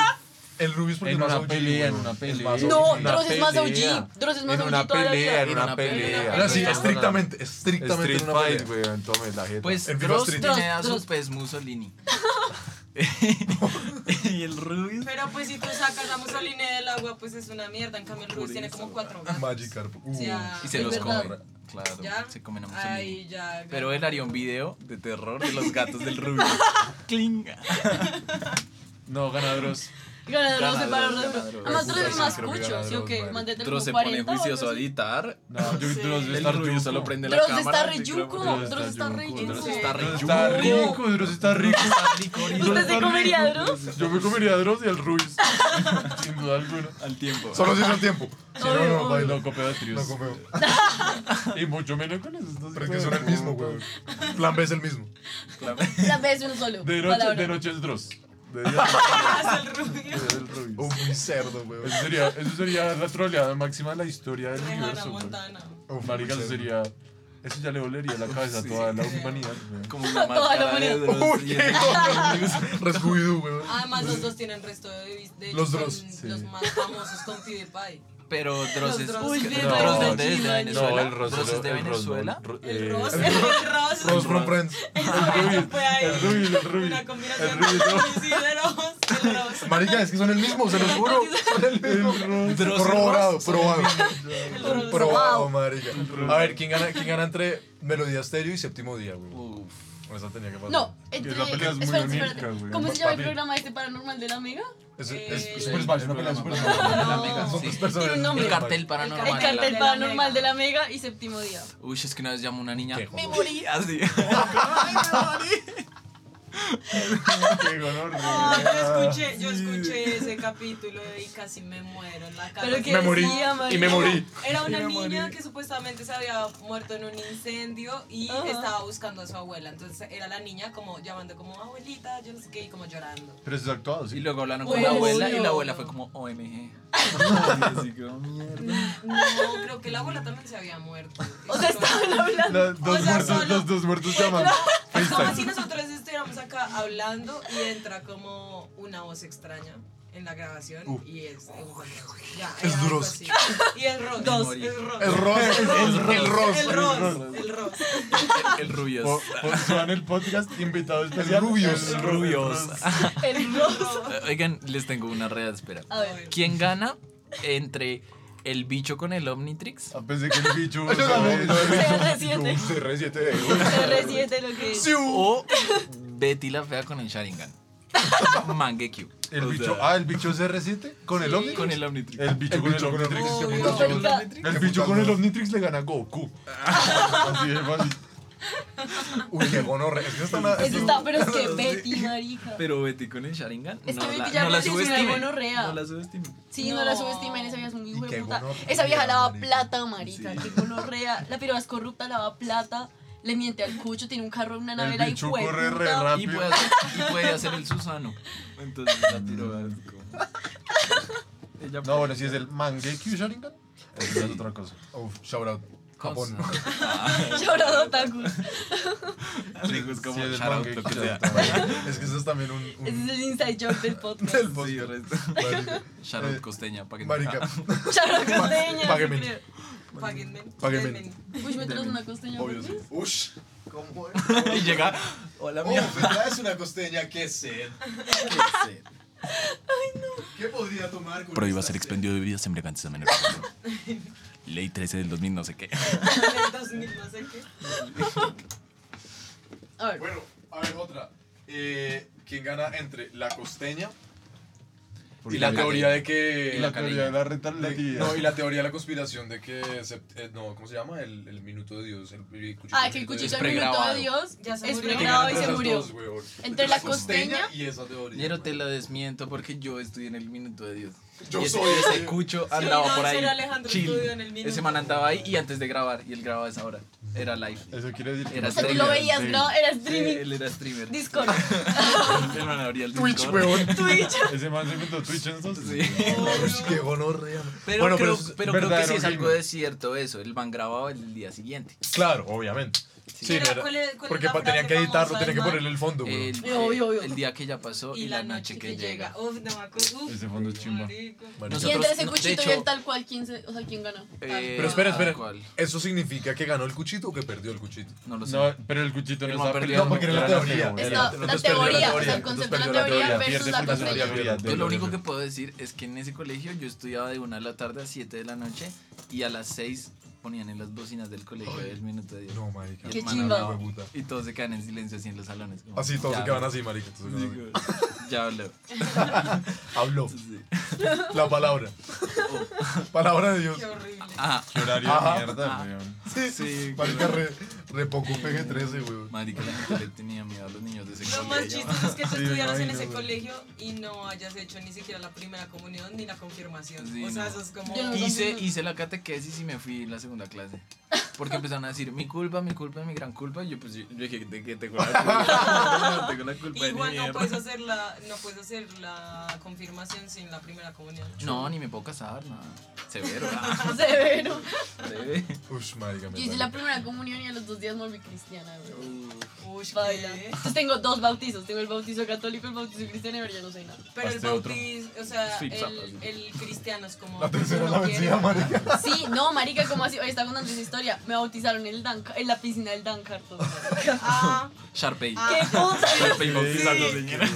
Speaker 4: El Rubius porque
Speaker 5: En
Speaker 4: es más
Speaker 5: una
Speaker 4: OG,
Speaker 5: pelea, en
Speaker 4: weón.
Speaker 5: una
Speaker 4: Es
Speaker 5: pelea.
Speaker 4: más
Speaker 3: No,
Speaker 4: OG.
Speaker 5: Una
Speaker 3: Dross es más
Speaker 5: pelea.
Speaker 3: OG. Dross es más
Speaker 5: En
Speaker 3: OG
Speaker 5: una
Speaker 3: toda la vida.
Speaker 5: pelea, en
Speaker 2: En
Speaker 5: una
Speaker 2: una
Speaker 5: pelea.
Speaker 4: Ahora sí,
Speaker 5: No, no, no.
Speaker 4: estrictamente, estrictamente
Speaker 5: Street
Speaker 4: en una
Speaker 5: Fight,
Speaker 4: pelea.
Speaker 5: weón. Tome la jeta.
Speaker 2: Pues
Speaker 4: En Viva
Speaker 2: Dross
Speaker 4: Street.
Speaker 2: tiene a
Speaker 3: Dross,
Speaker 2: sus pez Mussolini. y el Rubius.
Speaker 6: Pero pues si tú sacas a Mussolini del agua, pues es una mierda. En cambio, el Ruiz tiene como cuatro gatos.
Speaker 4: Magikarp. Uh.
Speaker 6: Ya.
Speaker 2: Y se
Speaker 3: Es
Speaker 2: los
Speaker 3: verdad.
Speaker 2: come. Claro,
Speaker 6: ¿Ya?
Speaker 2: se comen a Mussolini.
Speaker 6: Ay, ya.
Speaker 2: Pero él haría un video de terror de los gatos del Rubius. Clinga.
Speaker 5: No, gana Dross.
Speaker 3: Gana Dross,
Speaker 2: Gana
Speaker 3: se para
Speaker 2: Dross,
Speaker 3: Dross.
Speaker 2: gana Dross.
Speaker 3: Además, Dross es
Speaker 4: Sí,
Speaker 3: más
Speaker 4: creo que gana
Speaker 3: cucho. ¿Sí o
Speaker 4: Dross,
Speaker 3: qué?
Speaker 4: vale.
Speaker 3: Mándate
Speaker 2: Dross se
Speaker 3: como
Speaker 2: pone
Speaker 3: 40 o
Speaker 2: juicioso a
Speaker 3: algo así.
Speaker 2: editar.
Speaker 5: No, yo Dross
Speaker 2: El
Speaker 5: está
Speaker 2: Rubius solo
Speaker 5: rico.
Speaker 2: prende la
Speaker 3: Dross
Speaker 2: cámara.
Speaker 3: está
Speaker 2: el
Speaker 3: re yuco.
Speaker 2: micrófono.
Speaker 3: Dross está re
Speaker 5: yuco.
Speaker 3: yuco.
Speaker 2: Dross está re
Speaker 5: Dross
Speaker 2: yuco.
Speaker 5: está rico, Dross está rico.
Speaker 2: Está rico, rico.
Speaker 3: ¿Usted se comería a Dross?
Speaker 5: Yo me comería a Dross y al Rubius. Sin duda alguna.
Speaker 2: Al tiempo.
Speaker 4: Solo si es el tiempo. Si no,
Speaker 3: Obvio,
Speaker 4: no,
Speaker 3: obvio.
Speaker 5: Ay,
Speaker 4: bailo.
Speaker 5: no copeo de
Speaker 4: No
Speaker 5: tríos.
Speaker 4: comeo.
Speaker 5: Y mucho menos con esos dos.
Speaker 4: Pero es que son el mismo, weón. Plan B es el mismo.
Speaker 3: La vez uno solo.
Speaker 5: De noche,
Speaker 3: palabra.
Speaker 5: de noche es Dross. De día es el Rubius.
Speaker 4: Oh, muy cerdo, weón.
Speaker 5: Eso sería, eso sería la troleada máxima de la historia del
Speaker 6: Hannah
Speaker 5: universo. güey.
Speaker 6: Montana.
Speaker 4: Oh, muy
Speaker 5: Marica, eso
Speaker 4: cerdo.
Speaker 5: sería. Eso ya le dolería la cabeza a toda la humanidad. güey.
Speaker 2: Como una
Speaker 3: Toda la
Speaker 2: máscara de
Speaker 3: humanidad.
Speaker 2: Dross. y el-
Speaker 4: Rescuido, weón.
Speaker 6: Además, los dos tienen resto de. de
Speaker 4: Los
Speaker 6: son
Speaker 4: Dross,
Speaker 6: Los Eh, más famosos con PewDiePie.
Speaker 2: Pero Dross es.
Speaker 6: Dross.
Speaker 2: Uy,
Speaker 3: Uy,
Speaker 2: Dross
Speaker 3: Dross
Speaker 2: de
Speaker 3: de
Speaker 2: dónde es? de
Speaker 3: Chile,
Speaker 2: Venezuela.
Speaker 5: el Ross,
Speaker 2: Dross es de
Speaker 5: el Ross,
Speaker 2: Venezuela.
Speaker 5: el Ro-
Speaker 6: El
Speaker 5: eh,
Speaker 6: Ross. El Ross.
Speaker 4: Rose from Friends.
Speaker 6: Eso fue ahí.
Speaker 5: El Rubius, el
Speaker 6: Una
Speaker 5: Rubius.
Speaker 6: combinación
Speaker 5: El
Speaker 6: de
Speaker 5: Rubius,
Speaker 6: Ruiz y de Ross. El Ross.
Speaker 4: Marica, es que son el mismo, se los juro. Son el mismo.
Speaker 2: Dross.
Speaker 4: Corroborado, probado.
Speaker 6: El Ross.
Speaker 4: Probado, marica. A ver, ¿quién gana, ¿quién gana entre Melodía Estéreo y Séptimo Día, weón?
Speaker 2: Uf.
Speaker 4: Bueno, esa tenía que pasar.
Speaker 3: No,
Speaker 5: esa
Speaker 3: entre.
Speaker 5: pelea es muy
Speaker 3: Espérate,
Speaker 5: onírica,
Speaker 3: espérate.
Speaker 5: güey.
Speaker 3: ¿Cómo se
Speaker 5: Para
Speaker 3: llama el
Speaker 5: mí.
Speaker 3: programa este paranormal de la mega?
Speaker 4: Es, es,
Speaker 6: Eh,
Speaker 4: es Super Smash, una pelea Super Smash.
Speaker 2: La
Speaker 3: No.
Speaker 2: mega,
Speaker 4: Son
Speaker 2: sí.
Speaker 4: dos personas.
Speaker 3: Tiene un nombre.
Speaker 2: El cartel
Speaker 6: El
Speaker 2: paranormal.
Speaker 3: El
Speaker 6: Normal,
Speaker 3: cartel
Speaker 6: la-
Speaker 3: paranormal de la mega y séptimo día.
Speaker 2: Uy, es que una vez llamó una niña.
Speaker 4: Qué
Speaker 2: Me
Speaker 4: joder.
Speaker 2: morí así.
Speaker 5: Qué honor, güey.
Speaker 6: Ay, yo escuché, yo escuché ese capítulo y casi me muero en la casa.
Speaker 3: Pero que
Speaker 4: Me morí
Speaker 3: decía,
Speaker 4: y me
Speaker 3: marica.
Speaker 4: morí.
Speaker 6: Era una niña que supuestamente se había muerto en un incendio y
Speaker 3: Ajá.
Speaker 6: estaba buscando a su abuela. Entonces era la niña como llamando como abuelita, yo no sé qué, y como llorando.
Speaker 5: Pero eso es actuado,
Speaker 2: Y
Speaker 5: sí.
Speaker 2: luego hablaron con
Speaker 3: Uy,
Speaker 2: la abuela y
Speaker 3: obvio.
Speaker 2: la abuela fue como OMG. Así como mierda.
Speaker 6: No, creo que la abuela también se había muerto.
Speaker 3: O sea, estaban hablando.
Speaker 5: Los dos
Speaker 6: O sea,
Speaker 5: muertos,
Speaker 6: solo-
Speaker 5: los dos muertos llaman.
Speaker 6: Es como si
Speaker 5: FaceTime.
Speaker 6: nosotros estuviéramos acá hablando y entra como una voz extraña. en la grabación
Speaker 4: Uh.
Speaker 6: y es. es- ya,
Speaker 4: Es
Speaker 6: era algo
Speaker 4: duros.
Speaker 6: así. Y el rock.
Speaker 2: Dos.
Speaker 6: El rock.
Speaker 4: El Ross, el Ross, el Ross.
Speaker 6: El Ross, el Ross.
Speaker 2: El rubios.
Speaker 5: Po- po- Suban el podcast invitado especial.
Speaker 4: Rubios.
Speaker 5: El
Speaker 2: rubios.
Speaker 3: El rojo.
Speaker 2: Eh, Oigan, les tengo una rea de espera.
Speaker 3: A ver.
Speaker 2: ¿Quién gana entre el bicho con el Omnitrix?
Speaker 5: Ah, Pensé que el bicho.
Speaker 4: Yo también.
Speaker 3: CR7.
Speaker 5: CR7 de
Speaker 3: CR7 lo que es.
Speaker 2: O Betty la fea con el Sharingan. Mangekyu.
Speaker 5: El bicho. Ah, el bicho CR7 con el Omnitrix.
Speaker 2: Con el Omnitrix.
Speaker 5: El bicho con el Omnitrix.
Speaker 4: Omnitrix, qué
Speaker 3: Obvio.
Speaker 4: putas yo.
Speaker 3: Marica,
Speaker 5: El bicho con el Omnitrix le gana a Goku. Así de fácil.
Speaker 4: Uy, qué gonorre. Es que está una.
Speaker 3: Eso está, pero es que Betty, marica.
Speaker 2: Pero Betty con el Sharingan.
Speaker 3: Es que
Speaker 2: no,
Speaker 3: Betty
Speaker 2: la,
Speaker 3: ya
Speaker 2: no
Speaker 3: me
Speaker 2: la
Speaker 3: dice que es una
Speaker 2: subestimen.
Speaker 3: gonorrea.
Speaker 2: No la subestimen.
Speaker 3: Sí, no, la subestimen, esa vieja es muy
Speaker 4: Y qué
Speaker 3: hueputa.
Speaker 4: gonorrea,
Speaker 3: Esa vieja lava
Speaker 4: marica.
Speaker 3: plata, marica.
Speaker 2: Sí.
Speaker 3: Qué gonorrea. La piroba es corrupta, lava plata. Le miente al cucho, tiene un carro, una
Speaker 5: El
Speaker 3: nevera y
Speaker 5: bicho corre re
Speaker 3: hueputa.
Speaker 4: Ah,
Speaker 2: Y
Speaker 5: rápido.
Speaker 2: puede, hacer, y puede hacer el Susano. Entonces la tiro a Ella
Speaker 5: No, bueno, si es el Mangekyu Sharingan, eso ya es otra cosa.
Speaker 4: Uf, shout out. Japón.
Speaker 3: Llorado otaku.
Speaker 2: Ricos como
Speaker 5: Sí, es el
Speaker 2: shout out, lo
Speaker 5: manga,
Speaker 2: que
Speaker 5: shout
Speaker 2: sea.
Speaker 5: out.
Speaker 4: Es que eso es también un. un-
Speaker 3: Ese es el inside joke del podcast.
Speaker 4: del
Speaker 2: Sí,
Speaker 4: podcast.
Speaker 2: resto.
Speaker 4: Marica.
Speaker 2: Shout out
Speaker 4: Eh,
Speaker 2: costeña, para que
Speaker 4: Marica.
Speaker 3: Charo costeña.
Speaker 4: págueme.
Speaker 3: sí creo.
Speaker 6: Páguenme.
Speaker 4: Páguenme.
Speaker 6: denme.
Speaker 3: Uy, me traes una costeña.
Speaker 4: Obvio, sí.
Speaker 7: Ush, ¿cómo es?
Speaker 2: y llega. Hola, mía.
Speaker 7: Oh, ¿verdad? Es una costeña, qué sed. Qué sed. ¿Qué podría tomar con
Speaker 2: Prohíba
Speaker 7: esta
Speaker 2: ser
Speaker 7: sed?
Speaker 2: expendido de bebidas semejantes a menor. Ley 13 del 2000, no sé qué.
Speaker 6: En el 2000 no sé qué.
Speaker 3: A ver.
Speaker 7: Bueno, a ver, otra. Eh, ¿Quién gana entre la costeña y la
Speaker 2: la
Speaker 7: teoría
Speaker 2: caleña.
Speaker 7: de que.
Speaker 5: Y la teoría de la
Speaker 7: de-
Speaker 5: rentabilidad.
Speaker 7: no, y la teoría de la conspiración de que. sept- eh, no, ¿cómo se llama? El, el minuto de Dios. El, el cuchillo
Speaker 3: Ah, que el
Speaker 7: de Dios.
Speaker 3: cuchillo
Speaker 2: Es
Speaker 3: del minuto
Speaker 2: pregrabado.
Speaker 3: de Dios
Speaker 6: Ya se
Speaker 3: es
Speaker 6: murió.
Speaker 7: ¿Quién
Speaker 3: pregrabado
Speaker 7: gana
Speaker 3: y se
Speaker 7: esas
Speaker 3: murió.
Speaker 7: dos, huevón? Entre,
Speaker 3: la costeña
Speaker 7: y esa teoría.
Speaker 2: Nero, te
Speaker 7: marica.
Speaker 2: lo desmiento porque yo estudié en el minuto de Dios.
Speaker 7: Yo
Speaker 2: y ese,
Speaker 7: soy-
Speaker 2: ese cucho
Speaker 6: Sí,
Speaker 2: andaba
Speaker 6: no,
Speaker 2: por ahí.
Speaker 6: ser Alejandro
Speaker 2: chill.
Speaker 6: estudió en el minuto.
Speaker 2: Ese man andaba ahí y antes de grabar, y él grababa a esa hora. Era live.
Speaker 5: Eso quiere decir que
Speaker 2: Era
Speaker 3: O sea, tú
Speaker 2: streamer,
Speaker 3: lo veías,
Speaker 5: sí.
Speaker 3: ¿no? Era
Speaker 2: Sí, Eh,
Speaker 3: streaming.
Speaker 2: él era streamer.
Speaker 3: Discord.
Speaker 2: El man abría el
Speaker 4: Twitch,
Speaker 2: Discord.
Speaker 4: weón.
Speaker 3: Twitch.
Speaker 5: Ese man se metió Twitch entonces.
Speaker 2: Sí.
Speaker 4: Uy, qué gonorrea.
Speaker 2: Pero,
Speaker 4: Bueno,
Speaker 2: creo,
Speaker 4: pero es
Speaker 2: pero creo que sí
Speaker 5: verdadero
Speaker 2: es algo
Speaker 5: gamer.
Speaker 2: de cierto eso. El man grababa el día siguiente.
Speaker 4: Claro, obviamente. Sí,
Speaker 6: Pero,
Speaker 4: no era-
Speaker 6: ¿cuál es- cuál es
Speaker 4: porque
Speaker 6: la
Speaker 4: pa- tenían que
Speaker 6: frase
Speaker 4: editarlo,
Speaker 6: famosa
Speaker 4: tenían que
Speaker 6: del man?
Speaker 4: ponerle el fondo. güey.
Speaker 2: El,
Speaker 3: Obvio, obvio.
Speaker 2: el día que ya pasó y, la noche que, llega. Oh,
Speaker 6: Uf, no me acuerdo. Uf,
Speaker 5: Ese fondo es chimba.
Speaker 6: marico.
Speaker 4: Bueno,
Speaker 3: Y entre ese
Speaker 2: no, de
Speaker 3: cuchito y
Speaker 2: hecho,
Speaker 3: el tal cual, ¿quién, se, o sea, ¿quién ganó?
Speaker 2: eh,
Speaker 4: Pero espera,
Speaker 2: tal
Speaker 4: espera.
Speaker 2: cual.
Speaker 4: ¿Eso significa que ganó el cuchito o que perdió el cuchito?
Speaker 2: No lo sé.
Speaker 5: No, pero el cuchito no
Speaker 2: El man
Speaker 5: estaba
Speaker 2: perdió.
Speaker 5: peleando,
Speaker 2: No, porque
Speaker 4: era la
Speaker 5: era
Speaker 4: teoría.
Speaker 5: feo,
Speaker 3: Es
Speaker 5: era-
Speaker 3: la,
Speaker 4: entonces
Speaker 3: la
Speaker 4: perdió la
Speaker 3: teoría, o
Speaker 4: teoría,
Speaker 3: sea, el
Speaker 4: entonces
Speaker 3: concepto de la
Speaker 4: perdió la
Speaker 3: teoría
Speaker 4: teoría,
Speaker 3: versus
Speaker 5: pierde
Speaker 3: la
Speaker 5: por la
Speaker 3: costeña.
Speaker 5: teoría.
Speaker 2: Yo lo
Speaker 5: Perdón,
Speaker 2: único que
Speaker 5: perdón.
Speaker 2: puedo decir es que en ese colegio yo estudiaba de 1 de la tarde a 7 de la noche y a las 6 ponían en las bocinas del colegio el minuto de Dios.
Speaker 4: No, marica.
Speaker 2: Y
Speaker 3: Qué
Speaker 2: el man
Speaker 3: chimba.
Speaker 2: hablaba,
Speaker 4: Hueputa.
Speaker 2: Y todos se quedan en silencio así en los salones. como,
Speaker 4: Así todos
Speaker 2: ya
Speaker 4: se quedan
Speaker 2: habló.
Speaker 4: así, marica. Entonces,
Speaker 2: Sí,
Speaker 4: no,
Speaker 2: como, Ya habló.
Speaker 4: Habló.
Speaker 2: Sí.
Speaker 4: La palabra.
Speaker 2: Oh,
Speaker 4: Palabra de Dios.
Speaker 6: Qué horrible.
Speaker 2: Ajá.
Speaker 5: Qué horario
Speaker 4: Ajá.
Speaker 5: de mierda, weón.
Speaker 4: Sí,
Speaker 2: Sí,
Speaker 4: Marica, re, re poco PG-13, güey.
Speaker 2: Marica, la gente le tenía miedo a los niños de ese
Speaker 6: Lo más
Speaker 2: colegio.
Speaker 6: chistoso es que tú
Speaker 5: Sí,
Speaker 6: estudiaras en
Speaker 5: imagino,
Speaker 6: ese
Speaker 5: güey.
Speaker 6: colegio y no hayas hecho ni siquiera la primera comunión ni la confirmación.
Speaker 2: Sí,
Speaker 6: o sea,
Speaker 2: no.
Speaker 6: eso es como.
Speaker 3: Yo no-
Speaker 2: Hice, hice la catequesis y me fui la segunda clase. Porque empezaron a decir mi culpa, mi culpa, mi gran culpa. Y yo, pues, yo, yo dije, ¿de qué tengo la culpa? No tengo la culpa de ni
Speaker 6: Igual no pues,
Speaker 2: mierda.
Speaker 6: puedes, hacer la, no puedes hacer la confirmación sin la primera comunión.
Speaker 2: No, ni me puedo casar, nada. Severo, ah,
Speaker 3: Severo.
Speaker 2: breve.
Speaker 4: Ush, marica, me
Speaker 3: Yo hice la
Speaker 4: vale.
Speaker 3: primera comunión y a los dos días me volví cristiana, güey.
Speaker 6: Uy, ¿qué?
Speaker 3: Baila. Entonces tengo dos bautizos. Tengo el bautizo católico, el bautizo cristiano y ahora ya no soy nada.
Speaker 6: Pero el
Speaker 5: Hazte otro.
Speaker 6: bautiz, o sea,
Speaker 2: Sí,
Speaker 6: el,
Speaker 2: zapas.
Speaker 6: el cristiano es como.
Speaker 4: La tercera
Speaker 6: uno
Speaker 4: la
Speaker 6: quiere-
Speaker 4: vencida, marica.
Speaker 3: Sí, no, marica, ¿cómo así? Hoy está contando esa historia. Me bautizaron en, el Danca- en la piscina del Dancar. todo.
Speaker 6: Ah,
Speaker 2: Sharpay.
Speaker 6: ah.
Speaker 3: ¡Qué putas!
Speaker 2: Sharpay bautizando,
Speaker 6: Sí.
Speaker 2: señora.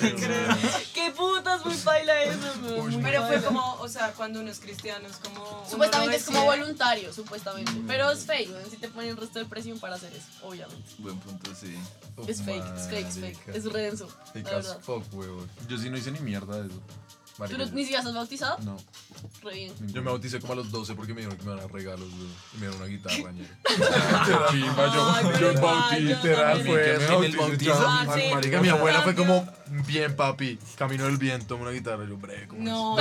Speaker 3: ¡Qué putas! Muy baila eso, güey, muy
Speaker 6: Pero fue
Speaker 3: paila.
Speaker 6: como, o sea, cuando uno es cristiano es como. uno lo
Speaker 3: Supuestamente es como
Speaker 6: decide.
Speaker 3: voluntario, supuestamente.
Speaker 2: Mm.
Speaker 3: Pero es fake, si te ponen el resto de presión para hacer eso, obviamente.
Speaker 2: Buen punto, sí.
Speaker 4: Uf,
Speaker 3: Es fake, es fake, es fake.
Speaker 4: marica.
Speaker 3: Es re denso, la
Speaker 4: Fake as
Speaker 3: verdad.
Speaker 4: fuck, weón.
Speaker 5: Oh, Yo sí no hice ni mierda de eso.
Speaker 3: ¿Tú
Speaker 4: Marica,
Speaker 3: no-
Speaker 4: yo-
Speaker 3: ni siquiera estás bautizado?
Speaker 5: No.
Speaker 3: Re bien.
Speaker 4: Yo me bauticé como a los 12 porque me dijeron que me daban regalos, güey. Y me dieron una guitarra, ñero.
Speaker 5: Chimba, yo, yo en
Speaker 6: Ay,
Speaker 5: bauti-
Speaker 6: yo
Speaker 4: Literal
Speaker 6: también.
Speaker 4: fue
Speaker 2: En el
Speaker 4: eso. sí,
Speaker 2: bautizo.
Speaker 4: ya.
Speaker 6: Ah, sí.
Speaker 4: Marica, mi abuela fue
Speaker 6: Cambio.
Speaker 4: como, bien papi, camino del viento, una guitarra, yo, bre, como
Speaker 6: No.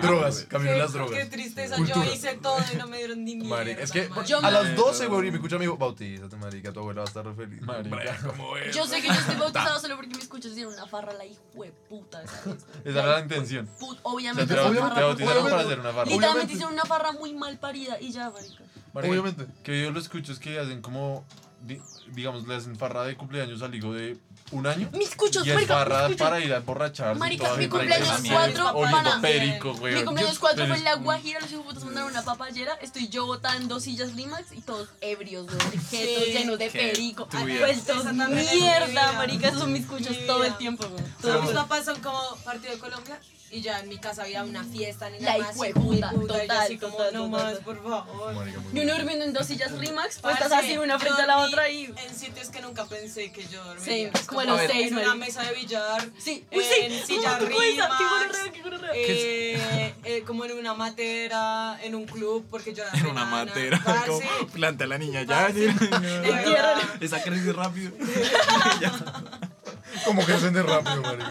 Speaker 4: drogas, camino de
Speaker 6: Qué-
Speaker 4: las
Speaker 6: Qué
Speaker 4: drogas.
Speaker 6: tristeza,
Speaker 4: Cultura.
Speaker 6: yo hice todo y no me dieron ni mierda.
Speaker 4: Marica, es que pues,
Speaker 6: marica.
Speaker 3: Yo
Speaker 4: a
Speaker 3: me-
Speaker 4: las 12, güey, y me escucha mi hijo, bautízate, marica, tu abuela va a estar re feliz.
Speaker 5: Marica.
Speaker 4: Bre, ¿cómo es?
Speaker 3: Yo sé que yo estoy bautizado solo porque mis cuchos dieron una farra a la hijueputa esa vez.
Speaker 5: Esa era la intención.
Speaker 3: Put-
Speaker 5: O sea,
Speaker 3: obviamente,
Speaker 5: te,
Speaker 3: esa
Speaker 5: baut-
Speaker 4: obviamente,
Speaker 3: farra
Speaker 5: te
Speaker 3: fue-
Speaker 5: bautizaron para
Speaker 4: obviamente.
Speaker 5: hacer una barra.
Speaker 4: Y-
Speaker 3: Literalmente
Speaker 4: obviamente.
Speaker 3: hicieron una farra muy mal parida y ya, marica.
Speaker 5: Marica,
Speaker 4: Obviamente.
Speaker 5: Que yo lo escucho es que hacen como di- digamos, le hacen farra de cumpleaños al hijo de un año.
Speaker 3: Mis cuchos,
Speaker 5: y es
Speaker 3: marica,
Speaker 5: farra
Speaker 3: mis cuchos.
Speaker 5: para ir a emborracharse.
Speaker 3: Marica,
Speaker 5: toda
Speaker 3: mi
Speaker 5: gente
Speaker 3: cumpleaños
Speaker 5: ahí,
Speaker 3: cuatro,
Speaker 5: oliendo
Speaker 3: pana.
Speaker 5: perico, güey.
Speaker 3: Mi cumpleaños 4 fue en la
Speaker 5: Pero es-
Speaker 3: Guajira, los hijos putos mandaron una papayera, estoy yo botando sillas limax y todos ebrios, güey, riquetos,
Speaker 6: Sí.
Speaker 3: llenos de
Speaker 2: Qué
Speaker 3: perico,
Speaker 2: tuya.
Speaker 3: vueltos
Speaker 6: Esa también es mi
Speaker 3: mierda,
Speaker 6: vida.
Speaker 3: marica, esos son mis cuchos
Speaker 6: Mi
Speaker 3: todo
Speaker 6: vida.
Speaker 3: el tiempo, güey.
Speaker 6: Todos
Speaker 3: Todo
Speaker 6: mis
Speaker 3: el-
Speaker 6: papás son como partido de Colombia y ya en mi casa había una fiesta ni
Speaker 3: La
Speaker 6: nada más. y
Speaker 3: hijueputa,
Speaker 6: muy puta, y yo así
Speaker 3: total,
Speaker 6: como,
Speaker 3: total,
Speaker 6: no
Speaker 3: total,
Speaker 6: más,
Speaker 3: total.
Speaker 6: por favor.
Speaker 4: Marica, muy
Speaker 3: Y uno
Speaker 4: bueno.
Speaker 3: durmiendo en dos sillas Rimax, pues estás
Speaker 6: Parce,
Speaker 3: así una
Speaker 6: yo
Speaker 3: frente a la
Speaker 6: dormí
Speaker 3: otra y...
Speaker 6: En sitios que nunca pensé que yo dormiría.
Speaker 3: Sí, como a los
Speaker 6: en
Speaker 3: seis,
Speaker 6: una
Speaker 3: marica.
Speaker 6: mesa de billar.
Speaker 3: Sí, uy, sí,
Speaker 6: en silla
Speaker 3: qué vergüenza, qué
Speaker 6: Rimax,
Speaker 3: gonorrea, qué gonorrea.
Speaker 6: eh, eh, como en una matera, en un club, porque yo era
Speaker 2: Era una
Speaker 6: enana,
Speaker 2: matera.
Speaker 6: parce,
Speaker 2: como, planta a la niña ya.
Speaker 6: parce, de verdad.
Speaker 2: Esa crisis rápido.
Speaker 4: Como que ascende rápido, marica.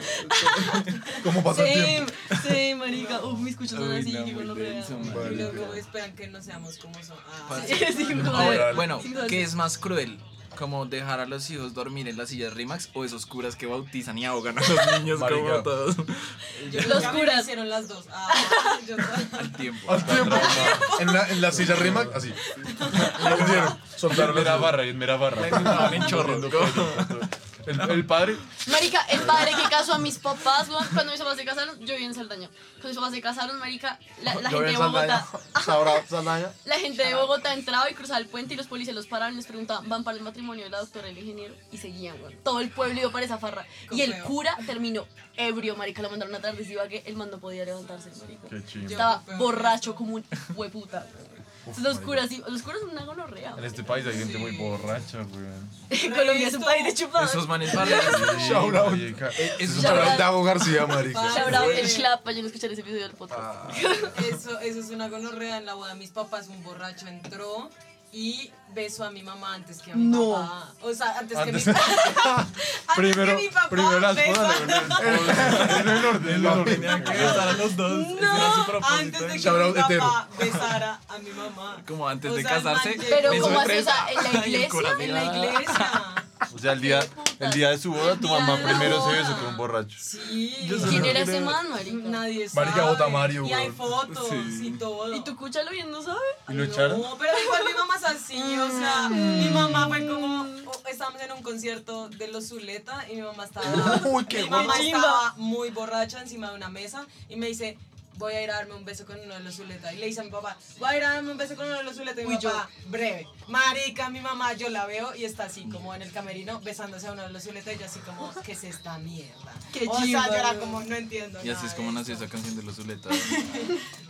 Speaker 4: Como pasa el
Speaker 3: Sí,
Speaker 4: tiempo.
Speaker 3: sí, marica, uf, mis cuchos son
Speaker 2: Uy,
Speaker 3: así,
Speaker 2: no,
Speaker 3: qué
Speaker 2: muy
Speaker 3: gonorrea.
Speaker 2: denso,
Speaker 6: Y
Speaker 2: marica.
Speaker 6: luego esperan que no seamos como son. Ah,
Speaker 2: Parce.
Speaker 3: Sí, sí,
Speaker 2: Ah,
Speaker 3: joder.
Speaker 2: bueno, bueno,
Speaker 3: Sí, joder.
Speaker 2: ¿qué es más cruel? ¿Como dejar a los hijos dormir en las sillas Rimax o esos curas que bautizan y ahogan a los niños como
Speaker 5: Marica.
Speaker 2: a todos
Speaker 6: yo
Speaker 3: Los
Speaker 6: nunca me
Speaker 3: curas.
Speaker 6: hicieron las dos. Ah, yo-
Speaker 2: al tiempo?
Speaker 4: Al tiempo. En la, en la silla rima, así. Lo pusieron. Soltaron
Speaker 5: Mera
Speaker 4: la
Speaker 5: barra, es mera barra.
Speaker 2: Estaban en chorro.
Speaker 5: El, el padre,
Speaker 3: Marica, el padre que casó a mis papás, weón, cuando mis papás se casaron, yo viví en Saldaña. Cuando mis papás se casaron, marica, la, la gente de Bogotá,
Speaker 4: Ahora, Saldaña.
Speaker 3: la gente de Bogotá entraba y cruzaba el puente y los policías los paraban y les preguntaban, ¿van para el matrimonio de la doctora y el ingeniero? Y seguían, weón. Todo el pueblo iba para esa farra. Y el
Speaker 6: feo.
Speaker 3: cura terminó ebrio, marica, lo mandaron a tarde y que el man no podía levantarse, marica.
Speaker 5: Qué chimba.
Speaker 3: Estaba
Speaker 6: Yo-
Speaker 3: borracho como un hueputa.
Speaker 4: Uf,
Speaker 3: Los
Speaker 4: marica.
Speaker 3: curas, sí, los curas son una gonorrea.
Speaker 5: en
Speaker 3: weón.
Speaker 5: este país hay gente
Speaker 6: Sí.
Speaker 5: muy borracha, güey.
Speaker 3: Colombia es un país de chupados.
Speaker 2: Esos manes valen.
Speaker 4: Shout out.
Speaker 5: Marica.
Speaker 2: Esos
Speaker 4: Se llama Dago García, marica.
Speaker 3: Shout out el Shlapa, yo no escucharé ese episodio del podcast.
Speaker 6: Eso, eso es una gonorrea. En la boda de mis papás, un borracho entró y besó a mi mamá antes que a mi
Speaker 3: No.
Speaker 6: papá. O sea, antes,
Speaker 5: Antes-
Speaker 6: que mi papá.
Speaker 5: Primero,
Speaker 6: mi papá
Speaker 5: primero las
Speaker 6: besa.
Speaker 5: bodas. En el orden, en el
Speaker 2: tenían que
Speaker 5: orden.
Speaker 2: besar a los dos. Ese era su
Speaker 6: No,
Speaker 2: propósito. ¿eh?
Speaker 6: antes de que
Speaker 4: Shout
Speaker 6: mi
Speaker 4: out hetero.
Speaker 6: papá besara a mi mamá.
Speaker 2: Como antes
Speaker 6: O
Speaker 2: de
Speaker 6: sea, el man
Speaker 2: casarse.
Speaker 6: llegó-
Speaker 3: Pero
Speaker 2: beso
Speaker 3: ¿cómo
Speaker 2: de
Speaker 3: así? O
Speaker 2: tres.
Speaker 3: sea, ¿en la
Speaker 2: Ay, el
Speaker 3: iglesia?
Speaker 2: corazón.
Speaker 6: En la iglesia.
Speaker 5: O sea, el día, el día de su boda, tu
Speaker 3: día
Speaker 5: mamá
Speaker 3: de la
Speaker 5: primero se
Speaker 6: boda.
Speaker 5: besó con un borracho.
Speaker 6: Sí.
Speaker 2: Yo
Speaker 3: ¿Quién
Speaker 2: no
Speaker 3: era ese
Speaker 2: creo.
Speaker 3: man, marica?
Speaker 6: Nadie sabe.
Speaker 4: Marica, bota Mario,
Speaker 6: Y hay
Speaker 4: weón.
Speaker 6: fotos
Speaker 2: Sí.
Speaker 6: y todo.
Speaker 3: ¿Y tu cucha lo bien no sabe?
Speaker 5: Y lo echaron.
Speaker 6: No, pero igual mi mamá es así,
Speaker 3: Ah.
Speaker 6: o sea, mi mamá fue como, oh, estábamos en un concierto de los Zuleta y mi mamá estaba,
Speaker 4: Uy, qué
Speaker 6: mi mamá
Speaker 3: guapo.
Speaker 6: estaba muy borracha encima de una mesa y me dice, voy a ir a darme un beso con uno de los Zuleta y le dice a mi papá, voy a ir a darme un beso con uno de los Zuleta y mi
Speaker 3: Uy, yo.
Speaker 6: papá, breve, marica, mi mamá, yo la veo y está así como en el camerino besándose a uno de los Zuleta y yo así como, ¿qué es esta mierda?
Speaker 3: Qué
Speaker 6: o sea,
Speaker 3: chimba,
Speaker 6: yo era
Speaker 3: weón.
Speaker 6: como, no entiendo
Speaker 2: Y así es
Speaker 6: nada
Speaker 2: como
Speaker 6: de
Speaker 2: nació
Speaker 6: esto".
Speaker 2: esa canción de los Zuletas.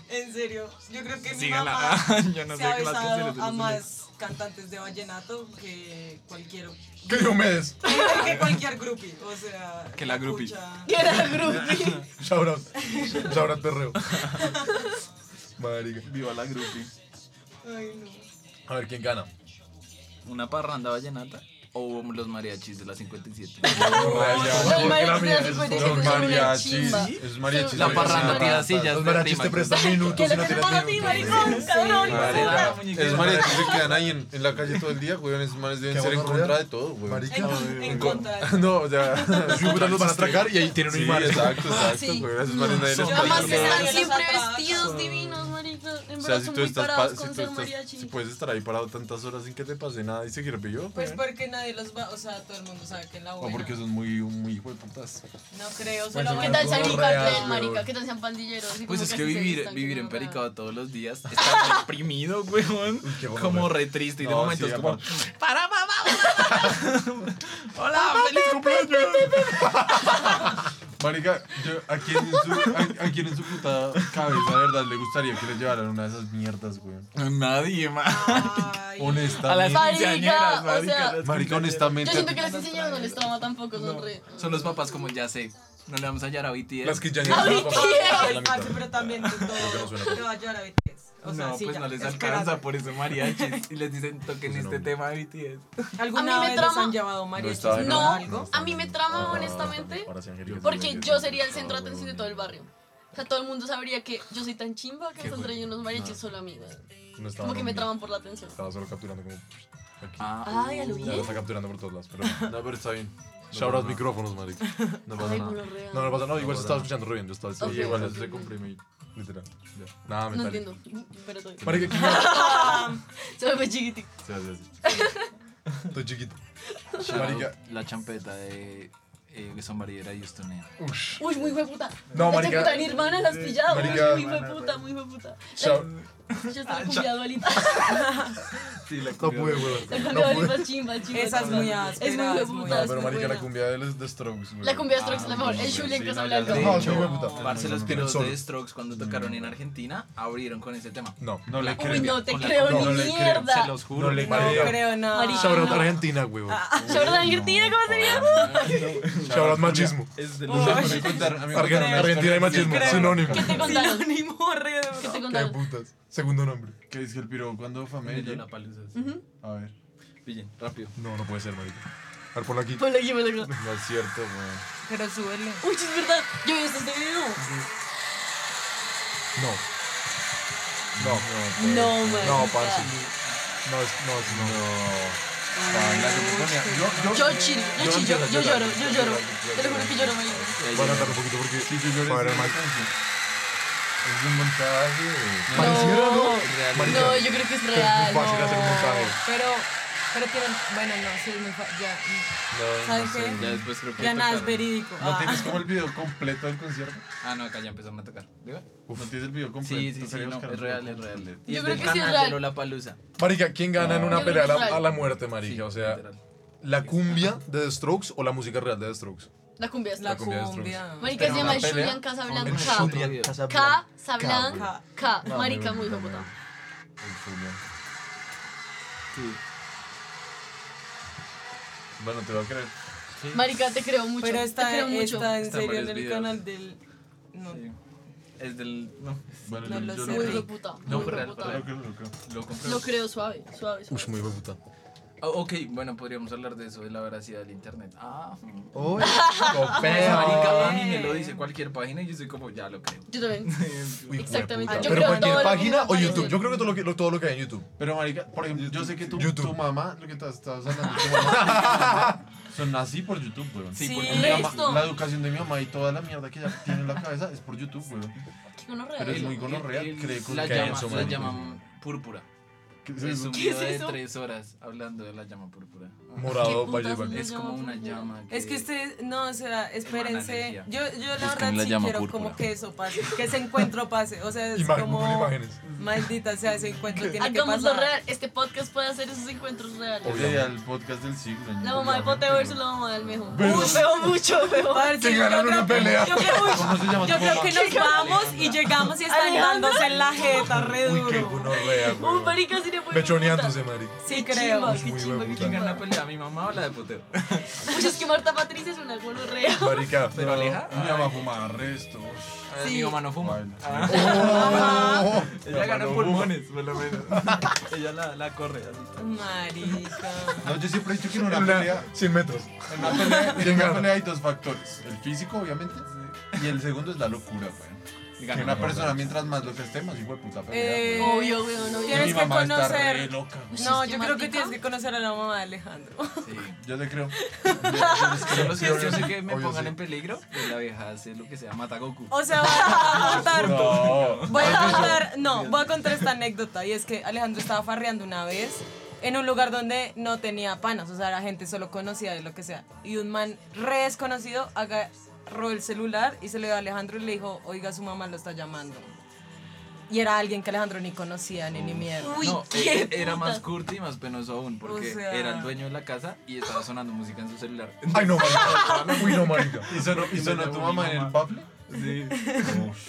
Speaker 6: En serio, yo creo que mi
Speaker 2: Síganla.
Speaker 6: mamá
Speaker 2: Yo no
Speaker 6: se
Speaker 2: sé
Speaker 6: ha
Speaker 2: qué las canciones
Speaker 6: besado
Speaker 2: de
Speaker 6: a
Speaker 2: los
Speaker 6: más cantantes de vallenato que cualquier
Speaker 4: Que Diomedes.
Speaker 6: que cualquier groupie, o sea,
Speaker 2: Que la groupie.
Speaker 6: escucha-
Speaker 3: Que era grupi.
Speaker 4: Shout out. Shout out perreo. Marica.
Speaker 2: Viva la grupi.
Speaker 6: Ay, no.
Speaker 4: A ver, ¿quién gana?
Speaker 2: ¿Una parranda vallenata o los mariachis de la 57?
Speaker 3: Los mariachis de
Speaker 4: mía,
Speaker 3: las
Speaker 4: eso es
Speaker 3: 57
Speaker 4: todo.
Speaker 3: son una chimba.
Speaker 5: mariachis. Es mariachis.
Speaker 2: La
Speaker 5: de
Speaker 2: parranda
Speaker 5: Guajira.
Speaker 2: tira sillas.
Speaker 4: Los
Speaker 2: de
Speaker 4: mariachis te
Speaker 2: Rimax.
Speaker 4: prestan minutos
Speaker 3: ¿Qué
Speaker 4: y
Speaker 3: le
Speaker 4: no
Speaker 3: te
Speaker 4: tienes
Speaker 3: pasa a ti,
Speaker 4: minutos.
Speaker 3: maricón? Cabrón, hijo de
Speaker 2: Marica,
Speaker 3: puta.
Speaker 5: Esos manes se quedan ahí en, en la calle todo el día, güey. Esos manes
Speaker 4: ¿Qué
Speaker 5: deben ser en
Speaker 4: gonorrea?
Speaker 5: contra de todo, güey.
Speaker 4: Marica.
Speaker 6: En, en contra de-
Speaker 5: No, o sea.
Speaker 4: Los putas los van a atracar y ahí tienen un
Speaker 5: Sí,
Speaker 4: imán.
Speaker 5: exacto, exacto,
Speaker 3: Sí.
Speaker 5: güey. Esos manes nadie les
Speaker 2: Yo
Speaker 5: pasa
Speaker 3: Además
Speaker 6: Además,
Speaker 5: nada.
Speaker 3: están
Speaker 6: que
Speaker 3: siempre
Speaker 6: los atrás.
Speaker 3: vestidos divinos, marica. En
Speaker 5: O sea,
Speaker 3: verdad
Speaker 5: si
Speaker 3: son
Speaker 5: tú
Speaker 3: muy
Speaker 5: estás,
Speaker 3: parados
Speaker 5: pa-
Speaker 3: con
Speaker 5: si, tú
Speaker 3: ser
Speaker 5: estás si
Speaker 3: mariachi.
Speaker 5: puedes estar ahí parado tantas horas sin que te pase nada y seguir pillo,
Speaker 6: Pues
Speaker 5: güey.
Speaker 6: porque nadie los va, o sea, todo el mundo sabe que en la
Speaker 5: o
Speaker 6: buena.
Speaker 5: porque son muy, muy hijo de putas.
Speaker 6: No creo, solo
Speaker 3: ¿Qué
Speaker 6: van
Speaker 3: tal sean
Speaker 4: Gonorrea,
Speaker 3: cartel,
Speaker 4: weón.
Speaker 3: marica? ¿Qué tal sean pandilleros? Y
Speaker 2: Pues
Speaker 3: como
Speaker 2: es que
Speaker 3: así se
Speaker 2: vivir,
Speaker 3: vistan,
Speaker 2: vivir
Speaker 3: qué
Speaker 2: en
Speaker 3: gonorrea.
Speaker 2: Pericado todos los días está deprimido, weón.
Speaker 4: qué gonorrea.
Speaker 2: Como re triste y de
Speaker 5: No,
Speaker 2: momento
Speaker 5: sí,
Speaker 2: es como.
Speaker 5: aparte.
Speaker 2: ¡Para, mamá! ¡Hola, feliz cumpleaños!
Speaker 5: Marica, yo, ¿a, quién en su, a, a quién en su puta cabeza, de verdad, le gustaría que le llevaran una de esas mierdas, güey?
Speaker 2: Nadie más.
Speaker 6: Ay,
Speaker 2: A las
Speaker 5: Honestamente.
Speaker 3: Marica,
Speaker 2: quinceañeras,
Speaker 3: o
Speaker 2: marica.
Speaker 3: sea-
Speaker 2: a las
Speaker 5: Marica,
Speaker 2: quinceañeras.
Speaker 5: honestamente.
Speaker 3: Yo siento que las enseñaron no les trama tampoco, son re.
Speaker 2: Son los papás como ya sé. No le vamos a hallar a BTS.
Speaker 4: Las que ya
Speaker 3: Ay,
Speaker 6: ay,
Speaker 4: llegan.
Speaker 6: parce, pero también tú
Speaker 4: que no suena.
Speaker 6: todo te va a llevar a BTS. O sea,
Speaker 2: no,
Speaker 6: sí,
Speaker 2: pues
Speaker 6: ya,
Speaker 2: no les
Speaker 6: espérate.
Speaker 2: alcanza por eso mariachis. Y les dicen toquen
Speaker 4: Pues
Speaker 2: este tema de BTS.
Speaker 6: ¿Alguna
Speaker 3: A mí me
Speaker 6: vez les
Speaker 3: trama-
Speaker 6: han llevado mariachis
Speaker 5: estaba
Speaker 6: o
Speaker 5: en
Speaker 3: No,
Speaker 6: algo?
Speaker 3: a mí me trama, honestamente.
Speaker 4: Ahora sí, Angélica.
Speaker 3: Porque yo sería el centro de atención de todo el barrio. O sea, todo el mundo sabría que yo soy tan chimba que me están trayendo unos mariachis solo a mí, güey.
Speaker 4: No estaba
Speaker 3: Como que me
Speaker 4: dormido.
Speaker 3: traman por la atención.
Speaker 4: Estaba solo capturando como. pues, Aquí.
Speaker 3: Ay, a lo
Speaker 4: Ya lo
Speaker 3: bien.
Speaker 4: está capturando por todos lados, Ah, pero.
Speaker 5: No, pero está bien.
Speaker 4: Shout out micrófonos, marica. No pasa
Speaker 3: Ay,
Speaker 4: nada.
Speaker 3: gonorrea.
Speaker 4: No, no pasa nada. Igual se estaba escuchando re bien. Yo estaba.
Speaker 3: Ok,
Speaker 5: Sí, igual
Speaker 3: ok,
Speaker 5: se
Speaker 3: ok.
Speaker 5: comprime.
Speaker 4: Literal. Ya. Nada,
Speaker 3: No
Speaker 4: metálico.
Speaker 3: entiendo, pero todo bien.
Speaker 4: Marica, ¿quién gana?
Speaker 3: Se me fue chiquitico.
Speaker 5: Sí, sí, sí.
Speaker 4: Estoy chiquito.
Speaker 2: Shout
Speaker 4: Marica.
Speaker 2: out La champeta de eh, Sombrillera y Ustonea.
Speaker 4: Ush.
Speaker 3: Uy, muy hueputa.
Speaker 4: No,
Speaker 3: La
Speaker 4: marica.
Speaker 3: chaputa, Mi hermana las pillaba. Uy,
Speaker 4: Marica. Ah,
Speaker 3: muy hueputa, muy hueputa.
Speaker 4: Shout.
Speaker 3: Yo estaba cumbia dualita.
Speaker 2: Sí, la
Speaker 4: No pude, weón.
Speaker 3: La
Speaker 4: No
Speaker 3: cumbia
Speaker 4: pude.
Speaker 3: dualita es chimba, chimba.
Speaker 6: Esa es
Speaker 3: chimba.
Speaker 6: muy áspera.
Speaker 3: Es muy hueputa.
Speaker 4: No,
Speaker 3: es
Speaker 4: pero
Speaker 3: muy
Speaker 4: marica, la
Speaker 3: buena.
Speaker 4: cumbia de los de Strokes, weón.
Speaker 3: La cumbia Strokes es la mejor. El Shuli en Casa Blanca.
Speaker 4: No,
Speaker 2: Hecho.
Speaker 4: sí, güey, puta.
Speaker 2: Parce, los piros
Speaker 4: Solo.
Speaker 2: de Strokes cuando tocaron en Argentina abrieron con ese tema.
Speaker 4: No.
Speaker 5: No le
Speaker 3: Uy,
Speaker 5: creo.
Speaker 3: no te
Speaker 2: Con la
Speaker 3: creo
Speaker 4: cumbia. No
Speaker 3: ni
Speaker 4: le creo,
Speaker 3: mierda.
Speaker 2: Se los juro.
Speaker 4: No le
Speaker 6: No
Speaker 4: Marica.
Speaker 6: creo, no.
Speaker 3: Marica.
Speaker 4: Shout out
Speaker 3: No.
Speaker 4: Argentina, weón.
Speaker 3: Shoutout Argentina, Ah, ¿cómo sería?
Speaker 4: Shout out machismo.
Speaker 5: Es de los a mí me contaron- a mí
Speaker 4: Argen-
Speaker 5: me contaron una
Speaker 4: Argentina y
Speaker 5: historia
Speaker 4: machismo,
Speaker 6: creo.
Speaker 4: sinónimo.
Speaker 3: ¿Qué te contaron?
Speaker 6: Sinónimo, re
Speaker 3: ¿Qué te
Speaker 4: Qué
Speaker 3: contaron?
Speaker 4: putas. Segundo nombre.
Speaker 5: Que dice el piro cuando fue a Medellín.
Speaker 2: La palusa.
Speaker 3: Ujú.
Speaker 5: A ver.
Speaker 2: Pillen, rápido.
Speaker 4: No, no puede ser, marica. A ver, ponlo aquí.
Speaker 3: Ponlo aquí, ponlo aquí.
Speaker 5: No es cierto, weón.
Speaker 6: Pero súbele.
Speaker 3: Uy, es verdad. Yo vi este video.
Speaker 4: No. No.
Speaker 3: No, man.
Speaker 4: No, parce. No, es, no, es, no.
Speaker 5: Ay, la que me ponía- Yo, yo,
Speaker 3: Yo chillo, yo
Speaker 5: Yo
Speaker 3: chillo,
Speaker 5: lloro,
Speaker 3: yo
Speaker 5: yo
Speaker 3: lloro,
Speaker 5: lloro,
Speaker 3: yo
Speaker 5: yo
Speaker 3: lloro.
Speaker 5: lloro, yo
Speaker 3: Te lo juro que lloro, marica.
Speaker 4: Voy a cantar un poquito porque. Sí, yo
Speaker 5: lloré
Speaker 4: Padre,
Speaker 5: esa
Speaker 4: marica.
Speaker 5: canción. Es un montaje.
Speaker 4: Pareciera, ¿no?
Speaker 2: Real.
Speaker 4: Marica,
Speaker 3: No, yo creo que es
Speaker 4: Es muy
Speaker 3: real.
Speaker 4: fácil hacer un montaje.
Speaker 3: no.
Speaker 6: Pero, pero tienen. Bueno, no, sí es muy fa- Ya, ¿Saben
Speaker 5: No, no
Speaker 6: qué?
Speaker 5: sé.
Speaker 2: Ya después creo que.
Speaker 6: ya nada es
Speaker 2: tocaron.
Speaker 6: verídico.
Speaker 5: ¿No
Speaker 6: Ah.
Speaker 5: tienes como el video completo del concierto?
Speaker 2: Ah, no, acá ya empezaron a tocar. ¿Diga?
Speaker 5: ¿No tienes el video completo?
Speaker 2: Sí, sí, sí,
Speaker 5: Tocaría
Speaker 2: no,
Speaker 5: buscar
Speaker 2: es
Speaker 5: un
Speaker 2: real,
Speaker 5: video
Speaker 2: es real.
Speaker 5: completo.
Speaker 2: Y
Speaker 3: Yo
Speaker 2: es
Speaker 3: creo
Speaker 2: del
Speaker 3: que sí es
Speaker 2: canal
Speaker 3: real.
Speaker 2: de Lollapalooza.
Speaker 4: Marica, ¿quién gana en una
Speaker 3: Yo creo
Speaker 4: pelea a
Speaker 3: que es
Speaker 4: la,
Speaker 3: real.
Speaker 4: a la muerte, marica?
Speaker 2: Sí,
Speaker 4: o sea,
Speaker 2: literal.
Speaker 4: ¿la cumbia de The Strokes o la música real de The Strokes?
Speaker 3: La cumbia es
Speaker 6: La
Speaker 4: La cumbia de
Speaker 6: cumbia.
Speaker 3: Marica se
Speaker 5: Pero
Speaker 3: llama
Speaker 5: una pelea,
Speaker 3: Julian Casablanca. K.
Speaker 5: una pelea.
Speaker 2: Otro video.
Speaker 3: K.
Speaker 6: K.
Speaker 3: Casablanca. K.
Speaker 5: No,
Speaker 3: Marica, muy
Speaker 5: muy
Speaker 3: hijo
Speaker 5: bueno,
Speaker 3: puta.
Speaker 5: El Julián.
Speaker 2: Sí.
Speaker 5: Bueno, te voy a creer.
Speaker 3: Marica, te creo mucho.
Speaker 6: Pero está,
Speaker 3: te creo mucho.
Speaker 6: está
Speaker 2: Está
Speaker 6: en
Speaker 2: en
Speaker 6: serio en
Speaker 2: varios
Speaker 6: el
Speaker 2: videos.
Speaker 6: canal del. No,
Speaker 2: Sí. Es del. No,
Speaker 5: Bueno,
Speaker 6: No
Speaker 5: yo,
Speaker 6: lo
Speaker 5: yo
Speaker 6: sé,
Speaker 3: Muy
Speaker 5: creo.
Speaker 3: hijo
Speaker 6: Rick.
Speaker 3: puta.
Speaker 2: No, pero
Speaker 3: muy hijo
Speaker 2: real,
Speaker 5: Yo
Speaker 3: puta.
Speaker 5: Lo creo, lo creo.
Speaker 2: lo compré.
Speaker 3: Lo creo suave, suave,
Speaker 4: Uy,
Speaker 3: suave.
Speaker 4: muy puta.
Speaker 2: Ah, ok, bueno, podríamos hablar de eso, de la veracidad del internet. Ah,
Speaker 4: Uy,
Speaker 3: Pues,
Speaker 2: Pero marica, a mí me
Speaker 6: Eh.
Speaker 2: lo dice cualquier página y yo soy como, ya lo creo.
Speaker 3: Yo también. Exactamente. Yo
Speaker 4: Pero
Speaker 3: creo
Speaker 4: cualquier
Speaker 3: todo lo que
Speaker 4: página
Speaker 3: me
Speaker 4: o YouTube.
Speaker 3: aparece.
Speaker 4: Yo creo que todo lo que, lo- todo lo que hay en YouTube.
Speaker 5: Pero, marica, por ejemplo, yo sé que tu,
Speaker 4: YouTube.
Speaker 5: tu mamá, lo que te estabas hablando, tu mamá, son así por YouTube, weón.
Speaker 6: Sí,
Speaker 5: porque
Speaker 6: Sí,
Speaker 5: mi mamá-
Speaker 3: resto.
Speaker 5: la educación de mi mamá y toda la mierda que ella tiene en la cabeza es por YouTube, weón.
Speaker 3: Qué gonorrea.
Speaker 5: Pero es muy gonorrea,
Speaker 2: El- el-
Speaker 5: cree con
Speaker 2: La,
Speaker 5: que hay en
Speaker 2: llama-
Speaker 5: su
Speaker 2: la
Speaker 5: mano.
Speaker 2: llaman púrpura.
Speaker 5: ¿Qué es
Speaker 2: Es
Speaker 5: eso?
Speaker 2: un
Speaker 3: ¿Qué es
Speaker 2: video de
Speaker 3: eso?
Speaker 2: tres horas hablando de la llama púrpura.
Speaker 4: Morado,
Speaker 3: ¿Qué
Speaker 4: Valle
Speaker 3: putas?
Speaker 4: Valle.
Speaker 2: Es como una llama.
Speaker 6: Es que este ustedes, no, o sea, espérense.
Speaker 2: energía.
Speaker 6: Yo, yo la
Speaker 2: Busquen
Speaker 6: verdad
Speaker 2: la
Speaker 6: sí
Speaker 2: llama
Speaker 6: quiero
Speaker 2: púrpura.
Speaker 6: como que eso pase, que ese encuentro pase. O sea, es
Speaker 4: Imagen,
Speaker 6: como.
Speaker 4: Google imágenes.
Speaker 6: Maldita sea, ese encuentro tiene que
Speaker 3: Hagámoslo
Speaker 6: pasar.
Speaker 3: real. Este podcast puede hacer esos encuentros reales.
Speaker 5: Ese era el podcast del siglo.
Speaker 3: La mamá de Pote versus la mamá del mejor.
Speaker 4: Pero-
Speaker 3: Uy, veo mucho, veo.
Speaker 6: Parce,
Speaker 4: Que
Speaker 6: yo
Speaker 4: ganaron
Speaker 6: creo-
Speaker 4: una pelea.
Speaker 6: Yo creo, uy,
Speaker 5: ¿Cómo se llama
Speaker 6: yo
Speaker 5: tu
Speaker 6: creo
Speaker 5: mamá?
Speaker 6: que nos vamos y llegamos y están
Speaker 3: Alejandro.
Speaker 6: dándose en la jeta, re
Speaker 4: Uy, qué
Speaker 6: duro.
Speaker 4: gonorrea,
Speaker 3: Uy,
Speaker 4: weón.
Speaker 3: marica, sí le fue
Speaker 4: Mechoneándose, marica.
Speaker 6: Sí,
Speaker 3: Qué
Speaker 6: creo.
Speaker 3: chimba, qué
Speaker 4: Muy
Speaker 3: chimba, qué
Speaker 4: hueputa.
Speaker 2: ¿Quién gana
Speaker 3: chimba.
Speaker 2: la pelea? ¿Mi mamá o la de puteo?
Speaker 3: Uy, es que Marta Patricia es una gonorrea.
Speaker 4: Marica.
Speaker 2: ¿Pero aleja?
Speaker 5: Mi mamá fumaba resto. ush.
Speaker 2: Ah, Mi mamá no fuma.
Speaker 5: Bueno.
Speaker 2: Ah,
Speaker 3: Ah.
Speaker 4: Oh,
Speaker 2: ella gana
Speaker 5: no
Speaker 2: pulmones, por lo menos. ella la, la corre así.
Speaker 6: Marica.
Speaker 5: No, yo siempre he dicho que en una
Speaker 4: en
Speaker 5: pelea,
Speaker 4: una- 100 metros.
Speaker 5: en una pelea, en
Speaker 4: ¿Quién
Speaker 5: una
Speaker 4: gana?
Speaker 5: pelea hay dos factores. El físico, obviamente, y el segundo es la locura, weón. Que
Speaker 2: Gana
Speaker 5: una
Speaker 2: mejor.
Speaker 5: persona, mientras más loca estemos, hijo de puta pelea.
Speaker 6: Eh,
Speaker 5: weón.
Speaker 3: Obvio, weón, obvio.
Speaker 6: tienes
Speaker 5: Mi
Speaker 6: que
Speaker 5: mamá está
Speaker 6: conocer.
Speaker 5: re loca. weón.
Speaker 6: No,
Speaker 3: Pues es que
Speaker 6: yo creo que
Speaker 3: Martica-
Speaker 6: tienes que conocer a la mamá de Alejandro.
Speaker 2: Sí.
Speaker 5: Yo te creo.
Speaker 2: Yo no sé, yo sé que me
Speaker 4: Obvio,
Speaker 2: pongan
Speaker 4: sí.
Speaker 2: en peligro. Y la vieja hace lo que sea, mata a Goku.
Speaker 6: O sea, voy a contar.
Speaker 5: No.
Speaker 6: Voy a contar, no, voy a contar esta anécdota y es que Alejandro estaba farreando una vez en un lugar donde no tenía panas, o sea, la gente solo conocía de lo que sea. Y un man re desconocido agarró el celular y se le dio a Alejandro y le dijo, oiga, su mamá lo está llamando. Y era alguien que Alejandro ni conocía, ni ni mierda.
Speaker 3: Uy,
Speaker 2: no,
Speaker 3: qué
Speaker 2: e- era
Speaker 3: puta.
Speaker 2: más curti y más penoso aún, porque
Speaker 6: O sea.
Speaker 2: era el dueño de la casa y estaba sonando música en su celular.
Speaker 4: Ay, no, marica. Uy, no, marica.
Speaker 5: ¿Y sonó, y sonó tu mamá en el bafle?
Speaker 2: Sí.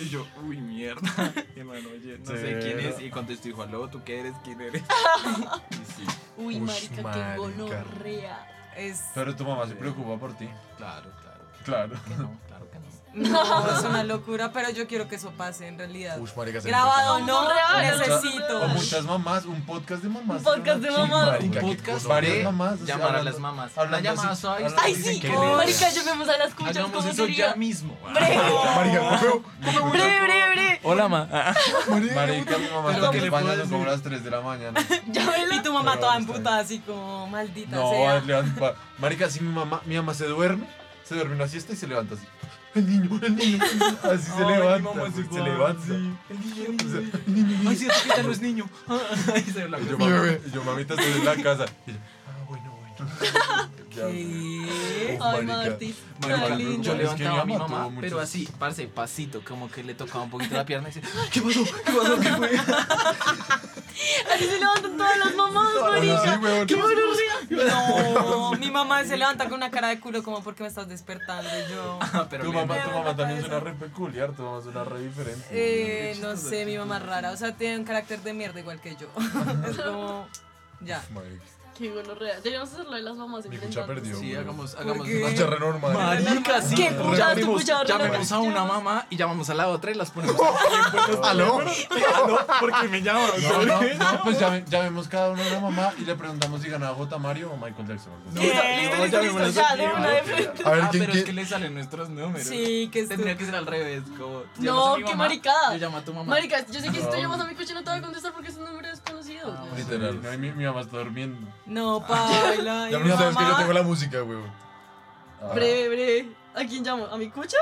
Speaker 2: Y yo, uy, mierda. Hermano, oye, no sé
Speaker 5: Cero.
Speaker 2: quién es. Y contestó, hijo, luego tú qué eres, quién eres. Y sí,
Speaker 3: Uy,
Speaker 4: Uy,
Speaker 3: marica, qué
Speaker 4: marica.
Speaker 3: gonorrea.
Speaker 6: Es,
Speaker 5: Pero tu mamá se preocupa por ti.
Speaker 2: claro, claro.
Speaker 5: Claro.
Speaker 2: Que no, claro que no.
Speaker 6: no, es una locura, pero yo quiero que eso pase en realidad.
Speaker 4: Uy, marica. se me
Speaker 6: Grabado no,
Speaker 3: No, real,
Speaker 6: necesito.
Speaker 5: O muchas mamás, un podcast de mamás.
Speaker 3: Un podcast de
Speaker 5: Sí,
Speaker 3: mamás.
Speaker 5: marica,
Speaker 2: Un
Speaker 5: qué
Speaker 2: podcast
Speaker 5: cosa.
Speaker 2: de
Speaker 5: Varias mamás. o sea,
Speaker 2: llamar a
Speaker 5: hablando-
Speaker 2: las mamás.
Speaker 5: hablando
Speaker 2: Una llamada
Speaker 5: así-
Speaker 2: suave.
Speaker 5: hablando
Speaker 3: Ay,
Speaker 5: así
Speaker 3: sí,
Speaker 5: que-
Speaker 2: lindo.
Speaker 3: marica, llevemos a las cuchas,
Speaker 2: Hagamos
Speaker 3: ¿cómo
Speaker 2: eso ya
Speaker 3: sería?
Speaker 2: mismo.
Speaker 5: Ah.
Speaker 4: olvidó. Marica, no
Speaker 3: Bre, bre, bre.
Speaker 2: Hola, ma.
Speaker 5: Marica, mi mamá
Speaker 2: Pero
Speaker 5: está
Speaker 2: ¿qué
Speaker 5: en
Speaker 2: le
Speaker 5: España
Speaker 2: puedo
Speaker 5: nos
Speaker 2: decir?
Speaker 5: cobra a las 3 de la mañana.
Speaker 6: Y tu mamá
Speaker 5: Pero
Speaker 6: toda
Speaker 5: está bien.
Speaker 6: emputada así como maldita
Speaker 5: No,
Speaker 6: sea.
Speaker 5: León, pa- marica, si mi mamá, mi mamá se duerme, se duerme una siesta y se levanta así. El niño, el niño, el niño. así se levanta, güey, se levanta.
Speaker 2: Ay, sí, es que están los niños. Ay, se
Speaker 5: Y
Speaker 2: blanco.
Speaker 5: yo, mami, y yo mamita estoy en la casa. Y yo, ah, bueno,
Speaker 4: Ya,
Speaker 6: ¿Qué?
Speaker 4: Uf,
Speaker 3: Ay,
Speaker 4: marica.
Speaker 3: Martis.
Speaker 4: Marica,
Speaker 3: Tan
Speaker 4: yo-
Speaker 2: Yo
Speaker 3: lindo.
Speaker 5: Es que mi
Speaker 2: levantaba a mi
Speaker 5: mamá
Speaker 2: mamá,
Speaker 5: tuvo
Speaker 2: pero
Speaker 5: muchos-
Speaker 2: así, parce, pasito, como que le tocaba un poquito la pierna y decía, ¿qué pasó? ¿Qué pasó? ¿Qué fue?
Speaker 3: Así se levantan todas las mamás, marica.
Speaker 4: Sí, weón.
Speaker 6: No, mi mamá se levanta con una cara de culo como porque me estás despertando Y yo.
Speaker 2: Ah, pero
Speaker 5: Tu
Speaker 2: mi-
Speaker 5: mamá,
Speaker 6: me
Speaker 5: tu
Speaker 6: da
Speaker 5: mamá
Speaker 6: la
Speaker 5: también
Speaker 6: cabeza.
Speaker 5: suena re peculiar, tu mamá suena re diferente.
Speaker 6: Eh, no sé, mi mamá es rara, o sea, tiene un carácter de mierda igual que yo. es como ya.
Speaker 4: Marica.
Speaker 3: Qué gonorrea. Deberíamos hacerlo de las mamás.
Speaker 4: Mi
Speaker 3: intentando.
Speaker 4: cucha perdió.
Speaker 2: Sí,
Speaker 4: weón.
Speaker 2: hagamos, hagamos.
Speaker 6: qué?
Speaker 4: Marcha re normal.
Speaker 2: Marica, sí.
Speaker 6: ¿Qué?
Speaker 2: llamemos-
Speaker 6: Ya, tu pucha,
Speaker 2: Llamemos a una mamá y llamamos a la otra y las ponemos. ¿Aló? ¿Aló? Porque me llaman.
Speaker 3: Eh,
Speaker 5: No, no, no, pues llame- llamemos cada uno a una mamá y le preguntamos si ganaba J. Mario o Michael Jackson.
Speaker 6: Listo, listo, listo, listo, ya, de una de frente.
Speaker 4: A ver,
Speaker 2: ah,
Speaker 4: ¿quién
Speaker 2: pero es
Speaker 4: quiere?
Speaker 2: que le salen nuestros números.
Speaker 6: Sí, que
Speaker 2: Tendría
Speaker 6: estu-
Speaker 2: que ser al revés, como... tú
Speaker 3: No,
Speaker 2: llamas a mi
Speaker 3: qué
Speaker 2: mamá,
Speaker 3: maricada.
Speaker 2: Yo llamo a tu mamá.
Speaker 3: Marica, yo sé que si tú llamas a mi coche no te voy a contestar porque es un número desconocido.
Speaker 4: Ah,
Speaker 3: weón.
Speaker 4: Literal.
Speaker 5: No, y mi, mi mamá está durmiendo.
Speaker 6: No, Paula.
Speaker 4: Ya
Speaker 6: y
Speaker 4: no sabes que yo
Speaker 6: mamá-
Speaker 4: tengo la música, weón.
Speaker 3: Breve, breve. ¿A quién llamo? ¿A mi cucha?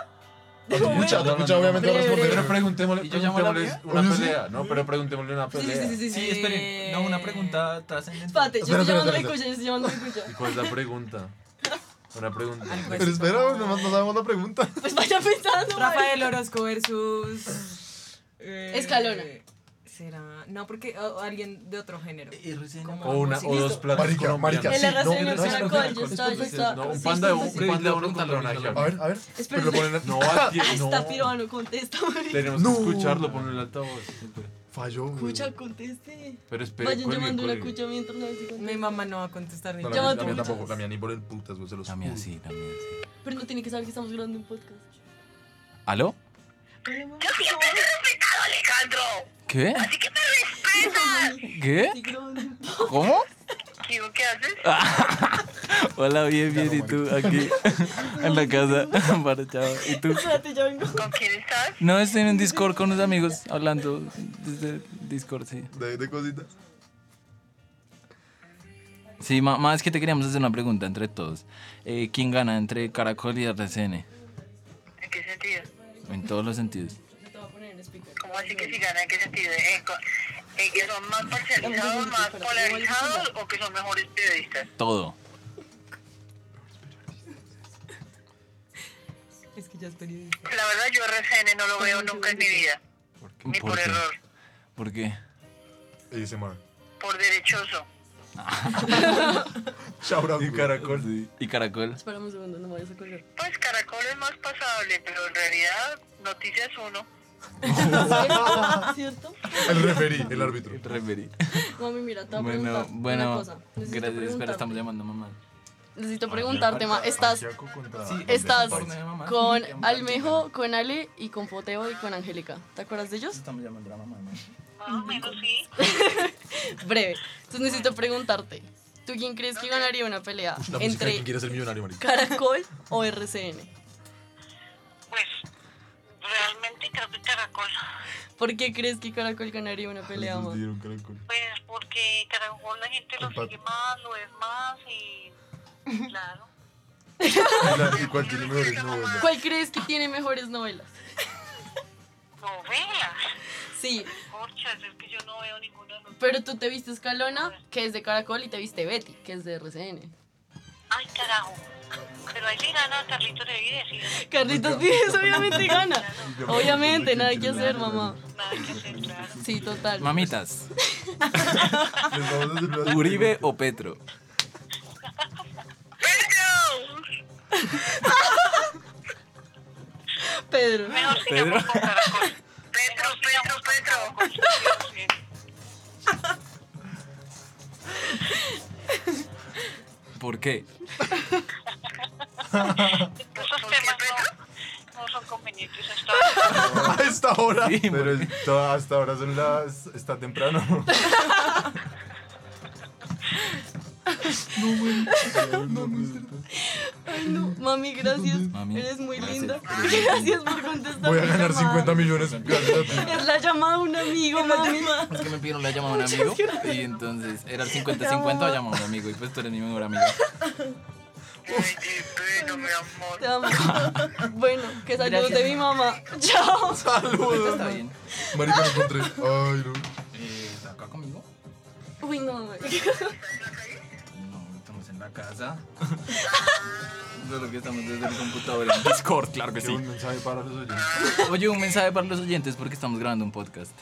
Speaker 4: Escucha,
Speaker 5: No, no,
Speaker 4: escucha,
Speaker 5: no.
Speaker 4: obviamente va a
Speaker 5: Pero
Speaker 4: responder.
Speaker 5: preguntémosle,
Speaker 2: ¿Y yo llamo a la
Speaker 5: preguntémosle
Speaker 4: mía?
Speaker 5: una
Speaker 4: Oye, sí.
Speaker 5: pelea. Ah, No, pero preguntémosle una
Speaker 4: Pues
Speaker 3: Sí, sí, sí,
Speaker 5: pelea.
Speaker 3: sí, sí.
Speaker 2: Sí, esperen. No, una pregunta trascendente.
Speaker 3: Espérate, yo
Speaker 4: Espera,
Speaker 3: estoy llamando a mi
Speaker 4: espera,
Speaker 3: cucha, yo estoy llamando a mi cucha.
Speaker 5: ¿Y cuál es la pregunta? Una pregunta.
Speaker 6: Algo
Speaker 4: Pero
Speaker 6: así
Speaker 4: espera,
Speaker 6: como-
Speaker 4: nomás nos sabemos la pregunta.
Speaker 3: Pues vaya pensando, marica.
Speaker 6: Rafael Orozco versus. eh,
Speaker 3: Escalona.
Speaker 6: Será. No, porque. o- o alguien de otro género. Como
Speaker 5: O, una, o
Speaker 6: música.
Speaker 5: dos platos
Speaker 4: Marica,
Speaker 5: colombianos.
Speaker 4: marica,
Speaker 3: El
Speaker 4: sí,
Speaker 3: arrastre
Speaker 4: no,
Speaker 3: en el
Speaker 4: no, es
Speaker 3: caracol, yo estaba, yo estaba.
Speaker 5: No, un
Speaker 3: sí,
Speaker 5: panda,
Speaker 3: sí,
Speaker 5: un,
Speaker 3: sí.
Speaker 5: un panda uno contra una
Speaker 4: A ver, a ver. Pero lo ponen.
Speaker 5: No, a ti- no.
Speaker 3: Ah, Está pirobano, contesta, marica.
Speaker 5: Tenemos
Speaker 4: No.
Speaker 5: que escucharlo, ponlo en el altavoz.
Speaker 4: Falló, weón.
Speaker 3: Cucha, conteste.
Speaker 5: Pero espere,
Speaker 3: Vayan
Speaker 5: cuelgue,
Speaker 3: llamando a la
Speaker 5: cuelgue.
Speaker 3: cucha mientras no se
Speaker 6: Mi
Speaker 3: contesta.
Speaker 6: mamá no va a contestar mi
Speaker 4: No,
Speaker 3: Llama
Speaker 4: la mía-
Speaker 3: a tu
Speaker 4: la mía
Speaker 3: mamá.
Speaker 4: tampoco, la mía ni por el putas, güey, se los
Speaker 2: También así, también así.
Speaker 3: Pero no tiene que saber que estamos grabando un podcast.
Speaker 2: ¿Aló?
Speaker 3: Hola, mamá.
Speaker 2: ¿Qué? ¿Qué?
Speaker 3: Estoy grabando un podcast.
Speaker 2: ¿Cómo? Hola, bien, bien, ¿y tú? Aquí, en la casa, para chao. ¿Y tú?
Speaker 3: Espérate, ya vengo.
Speaker 2: No, estoy en un Discord con unos amigos hablando desde Discord, sí.
Speaker 4: De, de cositas.
Speaker 2: Sí, ma- más que te queríamos hacer una pregunta entre todos. Eh, ¿Quién gana entre Caracol y RCN?
Speaker 8: ¿En qué sentido?
Speaker 2: En todos los sentidos.
Speaker 3: Yo te voy a poner en speaker.
Speaker 8: ¿Cómo así que si gana? ¿En qué sentido? ¿En co- en que son más parcializados, más polarizados o que son mejores periodistas?
Speaker 2: Todo.
Speaker 6: Es que ya es periodista.
Speaker 8: La verdad yo RCN no lo veo nunca en mi vida, ni por
Speaker 2: qué?
Speaker 8: error,
Speaker 2: ¿Por qué?
Speaker 4: Y dice, man.
Speaker 8: por derechoso.
Speaker 4: Shout out.
Speaker 5: Y caracol.
Speaker 2: ¿Y Caracol?
Speaker 3: Espera un segundo, no me vayas a colgar.
Speaker 8: Pues Caracol es más pasable, pero en realidad Noticias uno.
Speaker 3: ¿Cierto?
Speaker 4: El referí, el árbitro.
Speaker 2: Referí.
Speaker 3: Mami, mira, te voy a
Speaker 2: Bueno,
Speaker 3: preguntar una
Speaker 2: bueno,
Speaker 3: cosa. Necesito
Speaker 2: gracias, pero
Speaker 3: preguntarte.
Speaker 2: estamos llamando a mamá.
Speaker 3: Necesito preguntarte, ma, ¿estás,
Speaker 5: Sí,
Speaker 3: estás
Speaker 2: Por de mamá.
Speaker 3: con
Speaker 2: Sí,
Speaker 3: Almejo, con Ale y con Poteo y con Angélica? ¿Te acuerdas de ellos?
Speaker 2: Estamos llamando a mamá. ¿no?
Speaker 8: Más o menos sí.
Speaker 3: Breve. Entonces necesito preguntarte, ¿tú quién crees que ganaría una pelea
Speaker 4: La
Speaker 2: pues,
Speaker 4: música de
Speaker 3: entre
Speaker 4: quien quiere ser millonario, marica.
Speaker 3: Caracol o RCN?
Speaker 8: Pues realmente creo que Caracol.
Speaker 3: ¿Por qué crees que Caracol ganaría una pelea, ma?
Speaker 8: Pues porque Caracol la gente lo sigue más, lo es más y claro.
Speaker 4: Y la- Y cualquier número es no, weón.
Speaker 3: ¿Cuál crees que tiene mejores novelas?
Speaker 8: Novelas.
Speaker 3: Sí,
Speaker 8: Corchas, es que yo no veo ninguna novela.
Speaker 3: pero tú te viste Escalona, que es de Caracol, y te viste Betty, que es de RCN.
Speaker 8: Ay, carajo. Pero ahí sí gana Carlitos de Vides, sí.
Speaker 3: Carlitos Vives obviamente gana. Obviamente, nada que hacer, mamá.
Speaker 8: Nada que hacer, claro.
Speaker 3: Sí, total.
Speaker 2: Mamitas,
Speaker 4: Les vamos a hacer una-
Speaker 2: Uribe o Petro.
Speaker 3: Pedro.
Speaker 8: Mejor
Speaker 2: Pedro.
Speaker 8: sigamos con Caracol. Petro, Petro, Petro. Sí,
Speaker 2: ¿Por qué?
Speaker 8: sí. Esos temas no, no son convenientes hasta ahora.
Speaker 4: A esta hora.
Speaker 2: Sí,
Speaker 5: Pero es- toda- hasta ahora son las. Está temprano.
Speaker 3: Ay, no. Mami, gracias.
Speaker 2: Mami,
Speaker 3: Eres muy
Speaker 2: gracias.
Speaker 3: linda. Gracias por contestar.
Speaker 4: Voy a
Speaker 3: mi
Speaker 4: ganar
Speaker 3: llamada.
Speaker 4: 50 millones. gracias a ti.
Speaker 3: Es la llamada de un amigo, mami.
Speaker 2: Es que me pidieron la llamada a un amigo y entonces era el 50-50 o llamaba a un amigo y pues tú eres mi mejor amigo.
Speaker 8: Ay, qué pena, mi amor.
Speaker 3: Te amo. Bueno, que saludos de mi mamá. Chao.
Speaker 2: Está bien.
Speaker 4: Marica, lo encontré. Ay, no.
Speaker 2: Eh, ¿Acá conmigo?
Speaker 3: Uy, no, mami.
Speaker 2: No, estamos en la la casa. Solo que estamos desde el computador en Discord, claro que
Speaker 4: Qué
Speaker 2: sí.
Speaker 4: buen mensaje para los oyentes.
Speaker 2: Oye, un mensaje para los oyentes porque estamos grabando un podcast.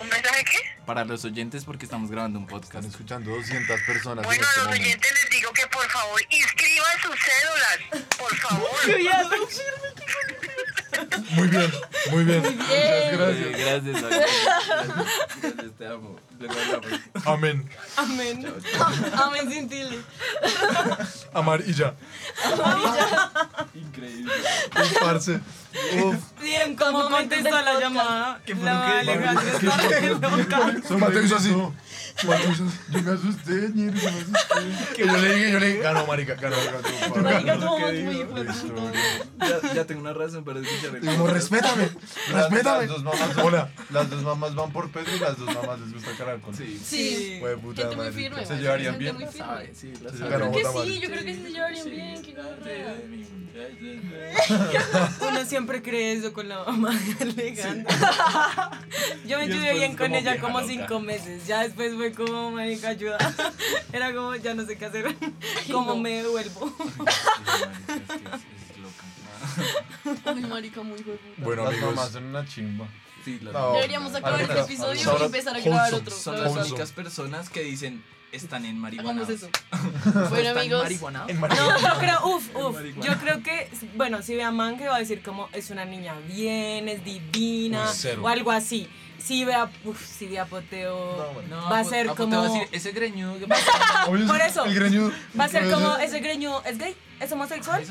Speaker 8: ¿Un mensaje qué?
Speaker 2: Para los oyentes porque estamos grabando un
Speaker 4: Están
Speaker 2: podcast.
Speaker 4: escuchando 200 personas en
Speaker 8: Bueno,
Speaker 4: este
Speaker 8: a los
Speaker 4: momento.
Speaker 8: oyentes les digo que por favor inscriban sus cédulas, por favor.
Speaker 4: Muy bien, muy bien. Muchas
Speaker 2: Eh,
Speaker 4: gracias.
Speaker 2: Gracias, Gabriel. gracias, gracias, te amo. Luego hablamos.
Speaker 4: Amén.
Speaker 3: Amén. Amén sin tilde.
Speaker 4: Amar y ya.
Speaker 2: Increíble.
Speaker 4: Uf, parce. Uf.
Speaker 6: Bien, ¿cómo contestó la llamada?
Speaker 2: ¿Qué fue
Speaker 6: la
Speaker 2: lo que dijo?
Speaker 6: Alejandra está re loca.
Speaker 4: Mateo hizo así. Mateo hizo así. Yo me asusté, ñero, yo me asusté. Y yo le dije, yo le dije, ganó, marica, ah, ganó, ganó.
Speaker 3: Marica,
Speaker 2: lo
Speaker 3: somos
Speaker 2: que
Speaker 3: muy
Speaker 2: digo.
Speaker 3: hijo de puta.
Speaker 2: Ya, ya tengo una razón para escuchar el
Speaker 4: Y como,
Speaker 2: podcast.
Speaker 4: respétame,
Speaker 5: Las,
Speaker 4: respétame.
Speaker 5: las dos mamás
Speaker 4: Hola.
Speaker 5: las dos mamás van por Pedro y las dos mamás les gusta cargar con
Speaker 2: Sí,
Speaker 3: Sí.
Speaker 5: Güey, puta
Speaker 3: Gente muy
Speaker 5: madre.
Speaker 3: firme.
Speaker 5: Se
Speaker 3: güey,
Speaker 5: llevarían
Speaker 3: gente
Speaker 5: bien.
Speaker 3: muy firme.
Speaker 2: sabe, sí, la
Speaker 4: Se
Speaker 2: sabe.
Speaker 4: llevaron
Speaker 3: Creo que
Speaker 4: Bota mal.
Speaker 3: sí, yo creo que sí se llevarían bien. qué gonorrea.
Speaker 6: Uno siempre cree eso con la mamá de Alejandra. Yo me
Speaker 2: Y
Speaker 6: llevé
Speaker 2: después
Speaker 6: bien
Speaker 2: es
Speaker 6: con
Speaker 2: como
Speaker 6: ella
Speaker 2: vieja
Speaker 6: como
Speaker 2: loca.
Speaker 6: cinco meses. Ya después fue como, marica, ayuda. Era como, ya no sé qué hacer. ¿Cómo
Speaker 3: no.
Speaker 6: me devuelvo?
Speaker 3: Ay, marica, muy hijo de puta.
Speaker 4: Bueno,
Speaker 5: Las mamás
Speaker 4: amigos.
Speaker 5: son una chimba.
Speaker 2: Sí, las
Speaker 5: No.
Speaker 3: Deberíamos acabar este
Speaker 4: Ahorita,
Speaker 3: episodio y
Speaker 4: ahora,
Speaker 3: empezar a grabar
Speaker 4: wholesome,
Speaker 3: otro.
Speaker 2: Son las
Speaker 3: la verdad.
Speaker 4: Wholesome.
Speaker 2: únicas personas que dicen están en marihuana. Pues,
Speaker 3: Hagamos eso.
Speaker 2: ¿Están
Speaker 3: Bueno, amigos. em,
Speaker 2: marihuana?
Speaker 4: En
Speaker 6: No,
Speaker 4: María.
Speaker 6: yo creo, uff,
Speaker 2: El
Speaker 6: uff.
Speaker 2: marihuana.
Speaker 6: Yo creo que, bueno, si ve a Man que va a decir como es una niña bien, es divina
Speaker 5: Uy, cero.
Speaker 6: o algo así. Si ve a, uff, si ve a Poteo,
Speaker 5: No, bueno.
Speaker 2: No,
Speaker 6: va a
Speaker 2: pues,
Speaker 6: ser
Speaker 2: te
Speaker 6: como,
Speaker 2: va a decir, ese greñudo que pasa.
Speaker 4: Obvio,
Speaker 6: Por eso.
Speaker 4: El greñudo.
Speaker 6: va a ser como,
Speaker 4: El
Speaker 6: ese greño, ¿es gay? ¿Es homosexual?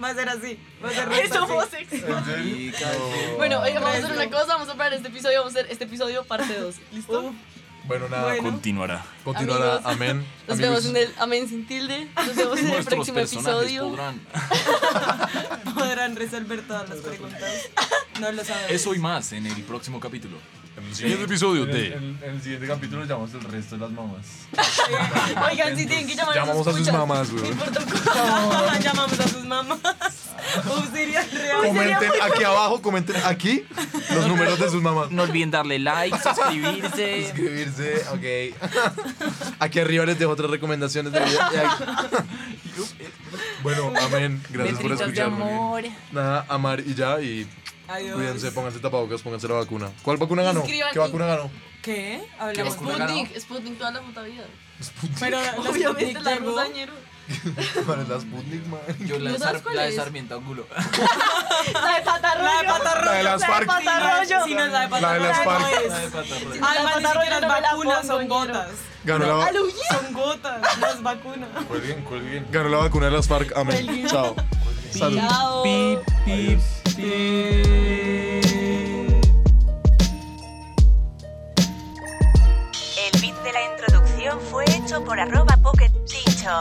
Speaker 6: va a ser así, va a ser
Speaker 3: Es
Speaker 6: así.
Speaker 3: homosexual.
Speaker 4: ¿En serio?
Speaker 3: Bueno, oiga, vamos a hacer
Speaker 6: Resto.
Speaker 3: una cosa, vamos a parar este episodio, vamos a hacer este episodio parte 2. ¿Listo?
Speaker 6: Uf,
Speaker 4: Bueno, nada.
Speaker 6: Bueno.
Speaker 2: Continuará.
Speaker 4: Continuará.
Speaker 3: Amigos.
Speaker 4: Amén.
Speaker 3: Nos
Speaker 4: Amigos.
Speaker 3: vemos en el Amén sin tilde. Nos vemos en el
Speaker 2: Nuestros
Speaker 3: próximo
Speaker 2: personajes
Speaker 3: episodio.
Speaker 2: podrán.
Speaker 6: podrán resolver todas las preguntas. No lo sabemos.
Speaker 2: Eso y más en el próximo capítulo.
Speaker 5: En el
Speaker 2: Siguiente episodio
Speaker 5: en el-
Speaker 2: de.
Speaker 5: en- en el siguiente capítulo llamamos el resto de las mamás.
Speaker 6: Oigan, si tienen que llamar
Speaker 4: Llamamos a sus
Speaker 6: puchas.
Speaker 4: mamás,
Speaker 6: No
Speaker 4: güey.
Speaker 6: importa cómo. Llamamos a sus mamás. Uf, sería real.
Speaker 4: Comenten aquí abajo, comenten aquí los números de sus mamás.
Speaker 2: No olviden darle like, suscribirse.
Speaker 4: Suscribirse, ok. Aquí arriba les dejo otras recomendaciones de vida. Bueno, amén. Gracias por
Speaker 2: Letritas de
Speaker 4: escucharme.
Speaker 2: amor.
Speaker 4: Nada, amar y ya. Y
Speaker 6: Adiós.
Speaker 4: cuídense, pónganse tapabocas, pónganse la vacuna. ¿Cuál vacuna ganó?
Speaker 3: Inscriban-
Speaker 4: ¿Qué vacuna ganó?
Speaker 6: ¿Qué?
Speaker 2: ¿Qué
Speaker 6: Hablamos.
Speaker 2: vacuna?
Speaker 3: Sputnik, Sputnik toda la puta vida.
Speaker 6: Pero la
Speaker 3: Obviamente
Speaker 6: Sputnik
Speaker 3: la
Speaker 6: llegó.
Speaker 3: rusa, ñero.
Speaker 4: ¿Cuál es la Sputnik, man?
Speaker 2: Yo la de
Speaker 3: ¿No sabes
Speaker 2: Sar-
Speaker 3: cuál
Speaker 2: la de
Speaker 3: es?
Speaker 2: Sarmiento Angulo.
Speaker 3: La de patarro.
Speaker 6: La de patarroyo.
Speaker 4: La de las FARC.
Speaker 6: Si no es la de
Speaker 4: La de
Speaker 6: patarroyo.
Speaker 4: las FARC.
Speaker 2: La de Patarroyo.
Speaker 6: Además, ni siquiera
Speaker 3: No me
Speaker 6: las
Speaker 3: la
Speaker 6: vacunas
Speaker 3: pongo,
Speaker 6: son
Speaker 3: ñero.
Speaker 6: gotas.
Speaker 4: Ganó la, va-
Speaker 6: Son gotas, las vacunas.
Speaker 5: Cuelguen, cuelguen.
Speaker 4: ganó la vacuna de las FARC. Amén. Chao. Salud.
Speaker 3: Chao.
Speaker 5: Adiós.
Speaker 1: El beat de la introducción fue hecho por arroba pocket Chicho.